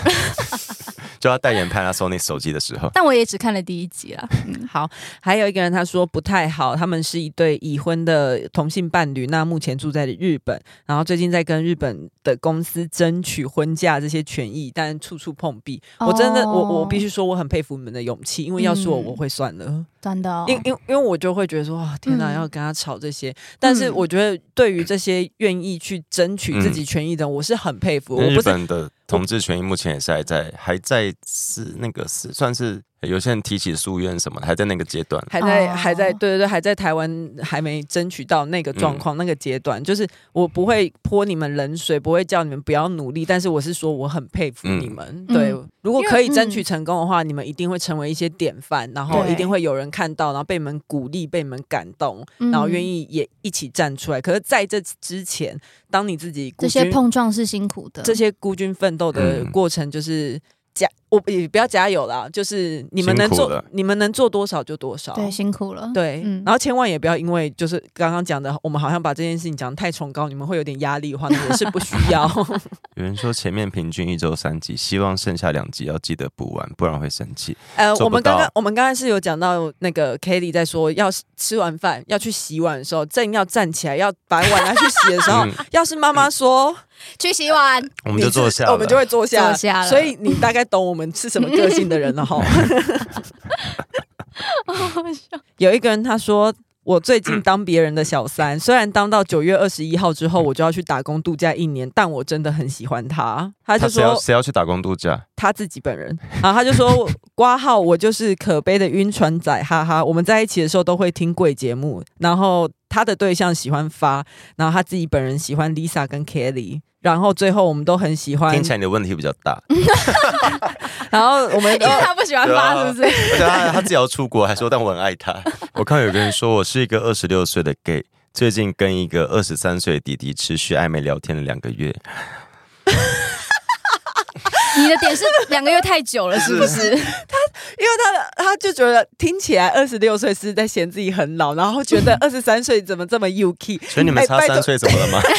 Speaker 2: 就他代言 Panasonic 手机的时候。
Speaker 3: 但我也只看了第一集啊啦。
Speaker 1: 好，还有一个人他说不太好，他们是一对已婚的同性伴侣，那目前住在日本，然后最近在跟日本的公司争取婚嫁这些权益，但处处碰壁。我真的，
Speaker 3: 哦
Speaker 1: 我我必须说，我很佩服你们的勇气，因为要是我，
Speaker 3: 嗯
Speaker 1: 我会算了，
Speaker 3: 真的、哦，
Speaker 1: 因因因为我就会觉得说，哇，天哪，
Speaker 3: 嗯
Speaker 1: 要跟他吵这些。但是
Speaker 3: 嗯
Speaker 1: 我觉得，对于这些愿意去争取自己权益的人，我是很佩服。我
Speaker 2: 嗯日
Speaker 1: 不是
Speaker 2: 本的同志权益目前也是还在还在是那个是算是有些人提起诉愿什么的，还在那个阶段。
Speaker 1: 还在、
Speaker 3: 哦
Speaker 1: 还在对对对，还在台湾还没争取到那个状
Speaker 2: 嗯
Speaker 1: 况、那个阶段，就是我不会泼你们冷水，不会叫你们不要努力，但是我是说我很佩服
Speaker 2: 嗯
Speaker 1: 你们。对，
Speaker 3: 嗯
Speaker 1: 如果可以争取成功的话，你们一定会成为一些典范，然后
Speaker 3: 对
Speaker 1: 一定会有人看到，然后被你们鼓励，被你们感动，
Speaker 3: 嗯
Speaker 1: 然后愿意也一起站出来。可是在这之前，当你自己孤
Speaker 3: 这些
Speaker 1: 军
Speaker 3: 碰撞是辛苦的，
Speaker 1: 这些孤军奋斗的
Speaker 2: 嗯
Speaker 1: 过程，就是。家我也不要加油啦，就是你们能
Speaker 2: 辛苦
Speaker 1: 做
Speaker 2: 了，
Speaker 1: 你们能做多少就多少。
Speaker 3: 对，辛苦了。
Speaker 1: 哦对
Speaker 3: 嗯
Speaker 1: 然后千万也不要因为就是刚刚讲的，我们好像把这件事情讲得太崇高，你们会有点压力的话，你们是不需 要。
Speaker 2: 有人说前面平均一周三集，希望剩下两集要记得补完，不然会生气。
Speaker 1: 呃，
Speaker 2: 做
Speaker 1: 我们
Speaker 2: 不到
Speaker 1: 刚刚我们刚刚是有讲到那个 Kelly 在说，要是吃完饭要去洗碗的时候，正要站起来要把碗拿去洗的时候，
Speaker 2: 嗯
Speaker 1: 要是妈妈说，
Speaker 3: 去洗 碗，
Speaker 2: 我们就
Speaker 1: 你是
Speaker 2: 坐下了，
Speaker 1: 我们就会坐下，
Speaker 3: 坐下了
Speaker 1: 所以你大概懂我们是什么个性的人了哦哈。有一个人他说。我最近当别人的小三，虽然当到九月二十一号之后，我就要去打工度假一年，但我真的很喜欢他。他
Speaker 2: 他
Speaker 1: 就
Speaker 2: 谁
Speaker 1: 说
Speaker 2: 要谁要去打工度假？
Speaker 1: 他自己本人，然后他就说：“ 挂号，我就是可悲的晕船仔，哈哈。我们在一起的时候都会听贵节目，然后他的对象喜欢发，然后他自己本人喜欢 Lisa 跟 Kelly，然后最后我们都很喜欢
Speaker 2: 听，起来你的问题比较大，
Speaker 1: 然后我们
Speaker 3: 因为他不喜欢发，是不是？
Speaker 2: 而且啊他他自己要出国，还说但我很爱他。我看有个人说我是一个二十六岁的 gay，最近跟一个二十三岁的弟弟持续暧昧聊天了两个月，
Speaker 3: 你的点是两个月太久了，是 不是？
Speaker 1: 因为他的他就觉得听起来二十六岁是在嫌自己很老，然后 觉得二十三岁怎么这么 UK，
Speaker 2: 所以你们
Speaker 1: 哎
Speaker 2: 差
Speaker 1: 拜托
Speaker 2: 三岁怎么了吗？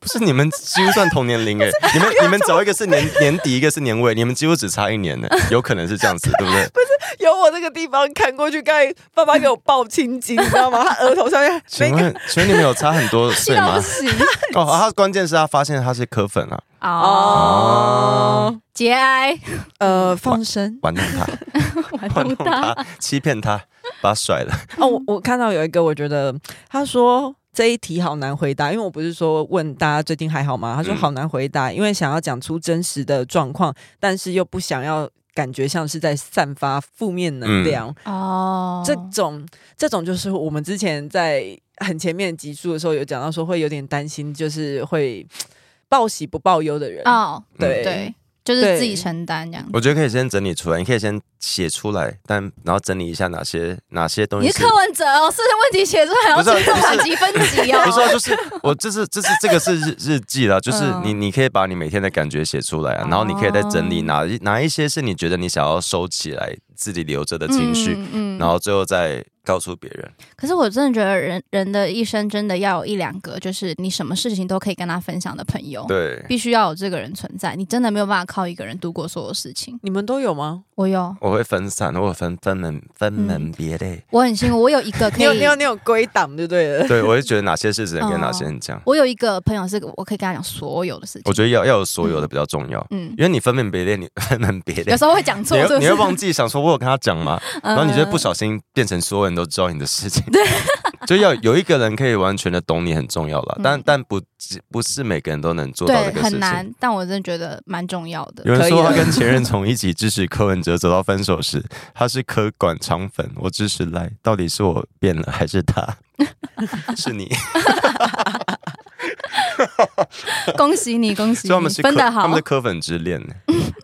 Speaker 2: 不是你们几乎算同年龄哎，你们你们找一个是年年底，一个是年尾，你们几乎只差一年呢，有可能是这样子，对不对？
Speaker 1: 由我这个地方看过去，刚才爸爸给我抱青筋，你知道吗？他额头上 面
Speaker 2: 请
Speaker 1: 那个
Speaker 2: 问 请问你们有差很多
Speaker 3: 气
Speaker 2: 岁
Speaker 3: 到不
Speaker 2: 吗？
Speaker 3: 行
Speaker 2: 哦，他关键是他发现他是科粉啊，
Speaker 3: 哦，节哀，
Speaker 1: 呃放生。
Speaker 2: 玩弄 他，
Speaker 3: 玩
Speaker 2: 玩弄
Speaker 3: 弄他，
Speaker 2: 他，欺骗他，把他甩 了。
Speaker 1: 哦，我我看到有一个，我觉得他说这一题好难回答，因为我不是说问大家最近还好吗？他说
Speaker 2: 嗯
Speaker 1: 好难回答，因为想要讲出真实的状况，但是又不想要感觉像是在散发负面能量。
Speaker 3: 哦，
Speaker 1: 这种这种就是我们之前在很前面集数的时候有讲到说，会有点担心，就是会报喜不报忧的人。
Speaker 3: 哦，
Speaker 1: 对
Speaker 3: 对，就是自己承担这样。
Speaker 2: 我觉得可以先整理出来，你可以先写出来，但然后整理一下哪些哪些东
Speaker 3: 你
Speaker 2: 西
Speaker 3: 是柯文哲哦，是问题写出来还要
Speaker 2: 不是啊
Speaker 3: 尊重
Speaker 2: 不是
Speaker 3: 满级分级
Speaker 2: 不是、啊，
Speaker 3: 哦。
Speaker 2: 就是我这是这是这个是日日记啦，就是
Speaker 3: 嗯
Speaker 2: 你你可以把你每天的感觉写出
Speaker 3: 哦
Speaker 2: 来啊，然后你可以再整理哪一哪一些是你觉得你想要收起来自己留着的情绪，
Speaker 3: 嗯
Speaker 2: 然后最后再告诉别人。
Speaker 3: 可是我真的觉得人人的一生真的要有一两个，就是你什么事情都可以跟他分享的朋友，
Speaker 2: 对，
Speaker 3: 必须要有这个人存在。你真的没有办法靠一个人度过所有事情。
Speaker 1: 你们都有吗？
Speaker 3: 我有，
Speaker 2: 我会分散，我有分分门分门别类。
Speaker 3: 我很幸运，我有一个可
Speaker 1: 你有你
Speaker 3: 以，
Speaker 1: 有你有归档就对了。
Speaker 2: 对，我会觉得哪些事只能跟
Speaker 3: 嗯哦
Speaker 2: 哪些人讲。
Speaker 3: 我有一个朋友是我可以跟他讲所有的事
Speaker 2: 我
Speaker 3: 情。
Speaker 2: 觉得要要有所有的比较重要，
Speaker 3: 嗯，
Speaker 2: 因为你分门别类，你 分门别类
Speaker 3: 有，时候会讲错，
Speaker 2: 你
Speaker 3: 是不
Speaker 2: 会
Speaker 3: 是
Speaker 2: 你会忘记想说我有跟他讲 吗？
Speaker 3: 嗯
Speaker 2: 然后你就会不小心变成所有人都知道你的事情。 就要有一个人可以完全的懂你很重要了，
Speaker 3: 嗯
Speaker 2: 但但不不是每个人都能做到
Speaker 3: 对
Speaker 2: 这个事
Speaker 3: 很
Speaker 2: 情。
Speaker 3: 难，但我真的觉得蛮重要的。
Speaker 2: 有人说他
Speaker 1: 可以的
Speaker 2: 跟前任从一起支持柯文哲走到分手时，他是柯管肠粉，我支持赖，到底是我变了还是 他？是你，
Speaker 3: 恭喜你，恭
Speaker 2: 所
Speaker 3: 喜
Speaker 2: 以他
Speaker 3: 你
Speaker 2: 们是，柯
Speaker 3: 分的
Speaker 2: 他
Speaker 3: 好
Speaker 2: 们是。柯粉之恋呢。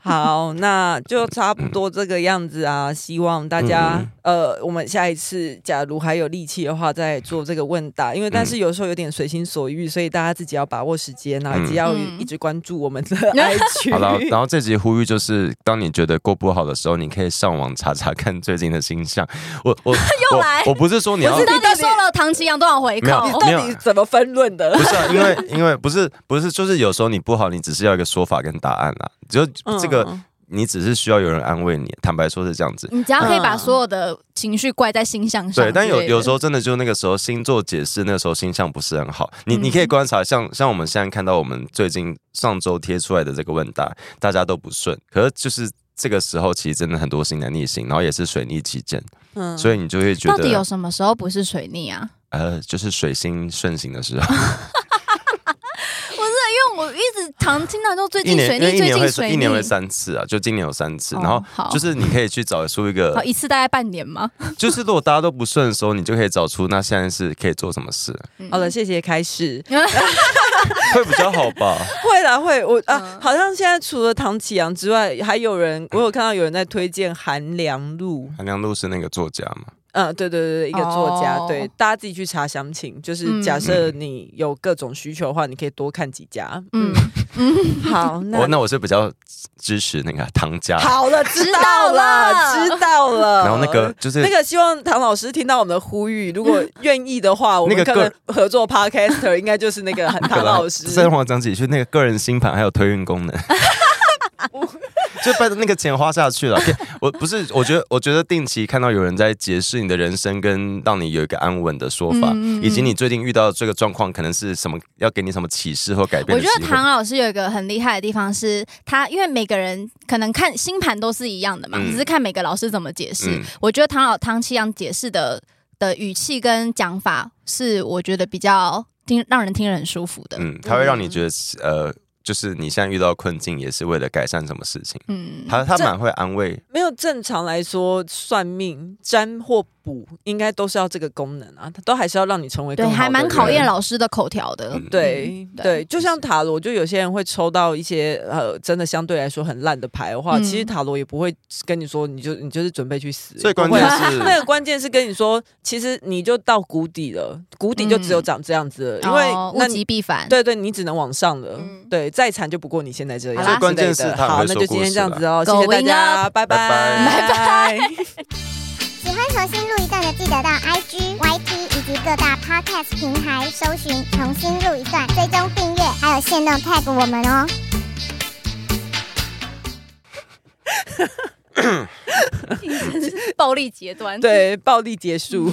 Speaker 1: 好，那就差不多这个样子啊。希望大家
Speaker 2: 嗯、
Speaker 1: 呃，我们下一次假如还有力气的话，再做这个问答。
Speaker 2: 嗯
Speaker 1: 因为但是有时候有点随心所欲，所以大家自己要把握时间啊，
Speaker 2: 嗯
Speaker 1: 只要
Speaker 3: 嗯
Speaker 1: 一直关注我们 的 IG。
Speaker 2: 好了，然后这集呼吁就是，当你觉得过不好的时候，你可以上网查查看最近的星象。我我
Speaker 3: 又来
Speaker 2: 我，我不是说你要
Speaker 3: 我知道
Speaker 1: 你到
Speaker 3: 你
Speaker 1: 底
Speaker 3: 收了唐奇阳多少回
Speaker 2: 没有
Speaker 3: 扣
Speaker 1: 你，
Speaker 2: 没
Speaker 1: 到底怎么分论的
Speaker 2: 不？是、啊，因为因为不是不是，就是有时候你不好，你只是要一个说法跟答案啦。只有这个，
Speaker 1: 嗯
Speaker 2: 你只是需要有人安慰你。坦白说是这样子。
Speaker 3: 你只要可以把
Speaker 1: 嗯
Speaker 3: 所有的情绪怪在星象上之 类
Speaker 2: 对，
Speaker 3: 的。
Speaker 2: 但有有时候真的就那个时候星座解释，那时候星象不是很好。你你可
Speaker 3: 嗯
Speaker 2: 以观察，像像我们现在看到我们最近上周贴出来的这个问答，大家都不顺，可是就是这个时候其实真的很多星在逆行，然后也是水逆期间，
Speaker 1: 嗯
Speaker 2: 所以你就会觉
Speaker 3: 到底有
Speaker 2: 得
Speaker 3: 什么时候不是水逆啊？
Speaker 2: 呃，就是水星顺行的 时候，
Speaker 3: 因为我一直常听到说最
Speaker 2: 一
Speaker 3: 近
Speaker 2: 年
Speaker 3: 水
Speaker 2: 因为
Speaker 3: 逆，
Speaker 2: 一
Speaker 3: 最
Speaker 2: 年
Speaker 3: 近
Speaker 2: 会
Speaker 3: 水
Speaker 2: 一
Speaker 3: 逆，
Speaker 2: 年会三次啊，就今年有三次，
Speaker 3: 哦
Speaker 2: 然后
Speaker 3: 好
Speaker 2: 就是你可以去找出一个
Speaker 3: 好一次大概半年嘛。
Speaker 2: 就是如果大家都不顺的时候，你就可以找出那现在是可以做什么事，
Speaker 3: 嗯
Speaker 1: 好了，谢谢开始。
Speaker 2: 会比较好吧？
Speaker 1: 会啦，会我啊，
Speaker 3: 嗯
Speaker 1: 好像现在除了唐启阳之外，还有人，我有看到有人在推荐韩良露，
Speaker 2: 韩良露是那个作家嘛？
Speaker 1: 嗯，对对对对，一个作家，
Speaker 3: 哦
Speaker 1: 对，大家自己去查详情。就是
Speaker 3: 嗯
Speaker 1: 假设你有各种需求的话，你可以多看几家。嗯
Speaker 3: 嗯，，
Speaker 1: 好，
Speaker 2: 我
Speaker 1: 那
Speaker 2: 哦那我是比较支持那个啊唐家，
Speaker 1: 好了，知道
Speaker 3: 道
Speaker 1: 了，
Speaker 3: 了
Speaker 1: 知道了。
Speaker 2: 然后那个就是
Speaker 1: 那个，希望唐老师听到我们的呼吁，如果愿意的话，我们
Speaker 2: 那个
Speaker 1: 可
Speaker 2: 个
Speaker 1: 能合作 podcaster 应该就是那 个唐老师。
Speaker 2: 三黄讲几句，那个个人星盘还有推运功能。 就把那个钱花下去了。我不是，我觉得，我觉得定期看到有人在解释你的人生，跟让你有一个安稳的说法，
Speaker 3: 嗯嗯嗯
Speaker 2: 以及你最近遇到的这个状况，可能是什么要给你什么启示或改变
Speaker 3: 我
Speaker 2: 的
Speaker 3: 觉
Speaker 2: 机会。
Speaker 3: 得唐老师有一个很厉害的地方是，他因为每个人可能看星盘都是一样的嘛，
Speaker 2: 嗯
Speaker 3: 只是看每个老师怎么解释。
Speaker 2: 嗯
Speaker 3: 我觉得唐老唐奇阳解释的的语气跟讲法是，我觉得比较听让人听得很舒服的。
Speaker 2: 嗯，他会让你觉得，呃，就是你现在遇到困境，也是为了改善什么事情。
Speaker 3: 嗯，
Speaker 2: 他他
Speaker 1: 这
Speaker 2: 蛮会安慰，
Speaker 1: 没有正常来说，算命、占或卜应该都是要这个功能啊，它都还是要让你成为
Speaker 3: 对，
Speaker 1: 更好的
Speaker 3: 还蛮
Speaker 1: 人
Speaker 3: 考验老师的口条的。
Speaker 2: 嗯
Speaker 1: 对、
Speaker 3: 嗯
Speaker 1: 对，
Speaker 3: 对
Speaker 1: 就像塔罗，就有些人会抽到一些呃，真的相对来说很烂的牌的话，
Speaker 3: 嗯
Speaker 1: 其实塔罗也不会跟你说，你就你就是准备去死。
Speaker 2: 最关
Speaker 1: 不会
Speaker 2: 键
Speaker 1: 啊
Speaker 2: 是
Speaker 1: 那个关键是跟你说，其实你就到谷底了，谷底就只有长这样子了，因为、
Speaker 3: 嗯哦
Speaker 1: 那
Speaker 3: 物
Speaker 1: 你
Speaker 3: 极必反。
Speaker 1: 对对，你只能往上了，
Speaker 3: 嗯
Speaker 1: 对，再惨就不过你现在这样。
Speaker 3: 好啦
Speaker 1: 之类的
Speaker 2: 最关键是他很
Speaker 1: 好，
Speaker 2: 会
Speaker 1: 那
Speaker 2: 说
Speaker 1: 就今天这样子哦，谢谢大
Speaker 3: Going
Speaker 1: 家，
Speaker 3: up
Speaker 1: 拜拜
Speaker 2: 拜
Speaker 1: 拜拜。
Speaker 4: 喜欢重新录一段的，记得到 IG、YT 以及各大 Podcast 平台搜寻“重新录一段”，追踪订阅，还有限定 tag 我们哦。
Speaker 3: 暴力截端。
Speaker 1: 对，暴力结束。